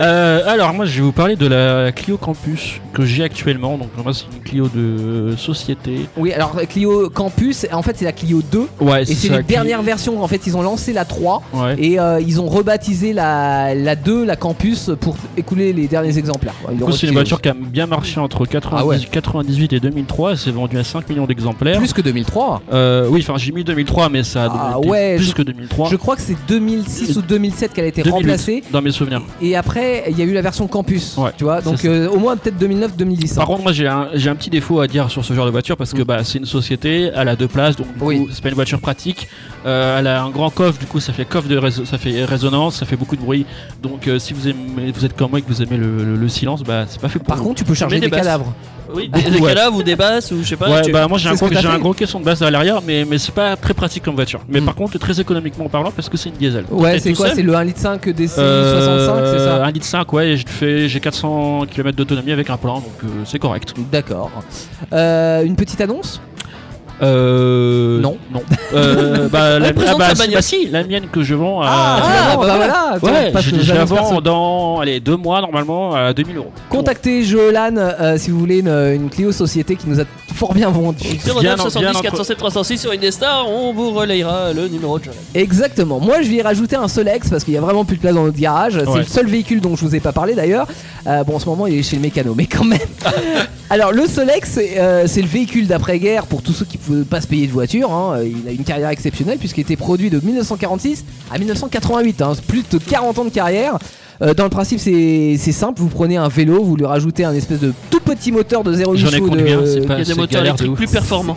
Speaker 5: Euh, alors moi je vais vous parler de la Clio Campus que j'ai actuellement. Donc moi c'est une Clio de euh, société.
Speaker 3: Oui, alors Clio Campus, en fait c'est la Clio 2.
Speaker 5: Ouais,
Speaker 3: Et c'est
Speaker 5: ça,
Speaker 3: les
Speaker 5: Clio-
Speaker 3: dernières versions. En fait, ils ont lancé la 3
Speaker 5: Ouais.
Speaker 3: et euh, ils ont rebaptisé la, la 2, la Campus, pour écouler les derniers exemplaires. Ils
Speaker 5: Du
Speaker 3: l'ont
Speaker 5: coup, c'est
Speaker 3: retiré
Speaker 5: une voiture qui a bien marché entre 90
Speaker 3: Ah ouais.
Speaker 5: 98 et 2003. Elle s'est vendue à 5 millions d'exemplaires.
Speaker 3: Plus que 2003.
Speaker 5: Euh, oui, enfin j'ai mis 2003, mais ça a
Speaker 3: Ah
Speaker 5: été
Speaker 3: ouais,
Speaker 5: plus
Speaker 3: je-
Speaker 5: que 2003.
Speaker 3: Je crois que c'est 2006 ou 2007 qu'elle a été
Speaker 5: 2008,
Speaker 3: remplacée.
Speaker 5: dans mes souvenirs.
Speaker 3: Et après, il y a eu la version campus,
Speaker 5: Ouais,
Speaker 3: tu vois. Donc
Speaker 5: c'est ça.
Speaker 3: euh, au moins peut-être 2009-2010.
Speaker 5: Par contre, moi j'ai un, j'ai un petit défaut à dire sur ce genre de voiture parce que bah, c'est une société, elle a deux places, donc du
Speaker 3: Oui.
Speaker 5: coup, c'est pas une voiture pratique. Euh, elle a un grand coffre, du coup ça fait coffre de réso- ça fait résonance, ça fait beaucoup de bruit. Donc euh, si vous aimez, vous êtes comme moi et que vous aimez le, le- le silence, bah c'est pas fait pour
Speaker 3: Par
Speaker 5: vous.
Speaker 3: contre, tu peux charger
Speaker 4: Mais
Speaker 3: des
Speaker 4: des basses.
Speaker 3: cadavres.
Speaker 4: Oui, des, des
Speaker 5: Ouais.
Speaker 4: cadavres ou des basses ou je sais pas.
Speaker 5: Ouais,
Speaker 4: tu-
Speaker 5: bah moi
Speaker 3: c'est
Speaker 5: j'ai un,
Speaker 3: ce que
Speaker 5: gros,
Speaker 3: t'as
Speaker 5: j'ai
Speaker 3: fait. Hmm.
Speaker 5: un gros caisson de base à l'arrière, mais, mais c'est pas très pratique comme voiture. Mais par contre, très économiquement parlant, parce que c'est une diesel.
Speaker 3: Ouais,
Speaker 4: t'es
Speaker 3: c'est
Speaker 4: tout
Speaker 3: quoi
Speaker 4: seul
Speaker 3: Oh, C'est le 1,5 DC
Speaker 5: Euh,
Speaker 3: 65, c'est ça
Speaker 5: 1 litre 5, ouais, et je fais- j'ai 400 km d'autonomie avec un plan, donc euh, c'est correct.
Speaker 3: D'accord. Euh, une petite annonce
Speaker 5: Euh.
Speaker 3: Non.
Speaker 5: Non. Euh, bah, la,
Speaker 4: présente
Speaker 5: ah, bah,
Speaker 4: sa
Speaker 5: si-
Speaker 4: bagnole.
Speaker 5: bah si, la mienne que je vends à.
Speaker 3: tu la vends,
Speaker 4: bah
Speaker 3: bah voilà, tu vois,
Speaker 5: Ah, Ouais,
Speaker 3: parce
Speaker 5: je,
Speaker 3: que
Speaker 5: je
Speaker 3: nous
Speaker 5: la
Speaker 3: annonce
Speaker 5: vends
Speaker 3: personne.
Speaker 5: dans allez, deux mois normalement à 2000 euros.
Speaker 3: Contactez Jolan euh, si vous voulez une, une Clio Société qui nous a fort bien vendu.
Speaker 4: 09
Speaker 5: bien
Speaker 4: 70
Speaker 5: entre-
Speaker 4: 407 306 sur Indestar, on vous relayera le numéro de Jolan.
Speaker 3: Exactement. Moi, je vais y rajouter un Solex parce qu'il y a vraiment plus de place dans notre garage. C'est
Speaker 5: Ouais.
Speaker 3: le seul véhicule dont je vous ai pas parlé d'ailleurs. Euh, bon, en ce moment, il est chez le mécano, mais quand même. Alors, le Solex, c'est euh, c'est le véhicule d'après-guerre pour tous ceux qui ne pouvaient pas se payer de voiture. hein. Il a une carrière exceptionnelle puisqu'il était produit de 1946 à 1988. hein. C'est Plus de 40 ans de carrière. Euh, dans le principe, c'est c'est simple. Vous prenez un vélo, vous lui rajoutez un espèce de tout petit moteur de 0,8
Speaker 5: J'en ai
Speaker 3: chevaux
Speaker 5: conduit
Speaker 3: de-
Speaker 5: un, c'est
Speaker 4: Il y a
Speaker 5: pas-
Speaker 4: des
Speaker 5: Ah, c'est
Speaker 4: moteurs
Speaker 5: galère de
Speaker 4: électriques
Speaker 5: ouf.
Speaker 4: plus performants.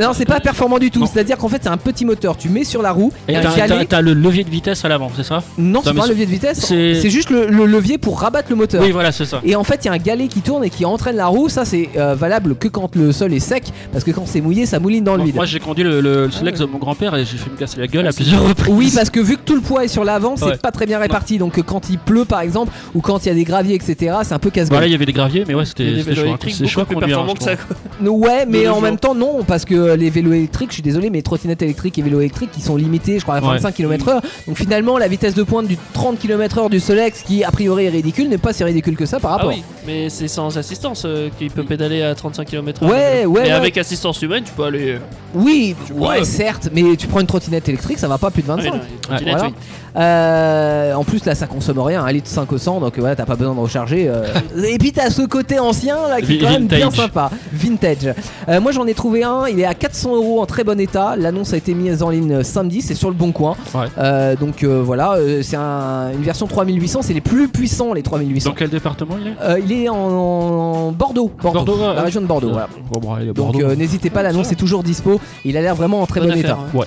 Speaker 3: Non, c'est pas performant du tout.
Speaker 5: Non.
Speaker 3: C'est-à-dire qu'en fait, c'est un petit moteur. Tu mets sur la roue, il
Speaker 5: Et
Speaker 3: y a un
Speaker 5: t'as-
Speaker 3: galet.
Speaker 5: t'as t'as le levier de vitesse à l'avant, c'est ça
Speaker 3: Non, c'est
Speaker 5: mais
Speaker 3: pas un
Speaker 5: c'est-
Speaker 3: levier de vitesse.
Speaker 5: c'est-
Speaker 3: C'est juste le, le levier pour rabattre le moteur.
Speaker 5: Oui, voilà, c'est ça.
Speaker 3: Et en fait, il y a un galet qui tourne et qui entraîne la roue. Ça, c'est euh, valable que quand le sol est sec, parce que quand c'est mouillé, ça mouline dans le vide.
Speaker 5: Moi, j'ai conduit le, le, le Solex de mon grand-père et j'ai fait me casser la gueule à plusieurs reprises.
Speaker 3: Oui, parce que vu que tout le poids est sur l'avant, c'est
Speaker 5: Ouais.
Speaker 3: pas très bien réparti. Donc, euh, quand il pleut, par exemple, ou quand il y a des graviers, etc., c'est un peu casse-gueule.
Speaker 5: Voilà, il y avait des graviers, mais ouais,
Speaker 4: Il y a
Speaker 5: c'était
Speaker 4: des
Speaker 5: c'était
Speaker 4: vélos
Speaker 5: chaud. hein.
Speaker 4: électriques
Speaker 5: C'est chaud à
Speaker 4: beaucoup plus
Speaker 5: conduire. hein,
Speaker 4: performants que
Speaker 5: je
Speaker 4: ça.
Speaker 5: trouve.
Speaker 4: quoi.
Speaker 3: Ouais, mais
Speaker 4: De
Speaker 3: en
Speaker 4: nos
Speaker 3: même
Speaker 4: jours.
Speaker 3: temps, non, parce que euh, les vélos électriques, je suis désolé, mais trottinettes électriques et vélos électriques, ils sont limités, je crois, à
Speaker 5: Ouais.
Speaker 3: 25 km/h. Donc finalement, la vitesse de pointe du 30 km/h du Solex, qui a priori est ridicule, n'est pas si ridicule que ça par
Speaker 4: Ah
Speaker 3: rapport.
Speaker 4: oui, mais c'est sans assistance euh, qu'il peut pédaler à 35 km/h.
Speaker 3: Ouais, ouais,
Speaker 4: Mais
Speaker 3: ouais.
Speaker 4: avec assistance humaine, tu peux aller. euh,
Speaker 5: Ah,
Speaker 3: Oui,
Speaker 4: vois,
Speaker 3: ouais,
Speaker 4: euh,
Speaker 3: certes, mais tu prends une trottinette électrique, ça va pas plus de
Speaker 4: ah oui,
Speaker 3: 25.
Speaker 4: non, les trottinettes,
Speaker 3: voilà.
Speaker 4: oui.
Speaker 3: Euh, en plus, là, ça consomme rien, 1 litre 5 au 100, donc voilà, t'as pas besoin de recharger. euh. Et puis, t'as ce côté ancien là qui est quand même bien
Speaker 5: Vintage.
Speaker 3: sympa. Vintage. Euh, moi, j'en ai trouvé un, il est à 400 euros en très bon état. L'annonce a été mise en ligne euh, samedi, c'est sur le bon coin.
Speaker 5: Ouais.
Speaker 3: Euh, donc euh, voilà, euh, c'est un- une version 3800, c'est les plus puissants, les 3800.
Speaker 5: Dans quel département il est
Speaker 3: Euh, il est en, en Bordeaux, Bordeaux,
Speaker 5: Bordeaux, ouais.
Speaker 3: la région de Bordeaux. voilà.
Speaker 5: Bon, bon, allez,
Speaker 3: Donc
Speaker 5: Bordeaux.
Speaker 3: euh, n'hésitez pas, l'annonce est toujours dispo. Il a l'air vraiment en très
Speaker 4: Bonne
Speaker 3: bon état.
Speaker 4: affaire,
Speaker 5: hein.
Speaker 4: ouais.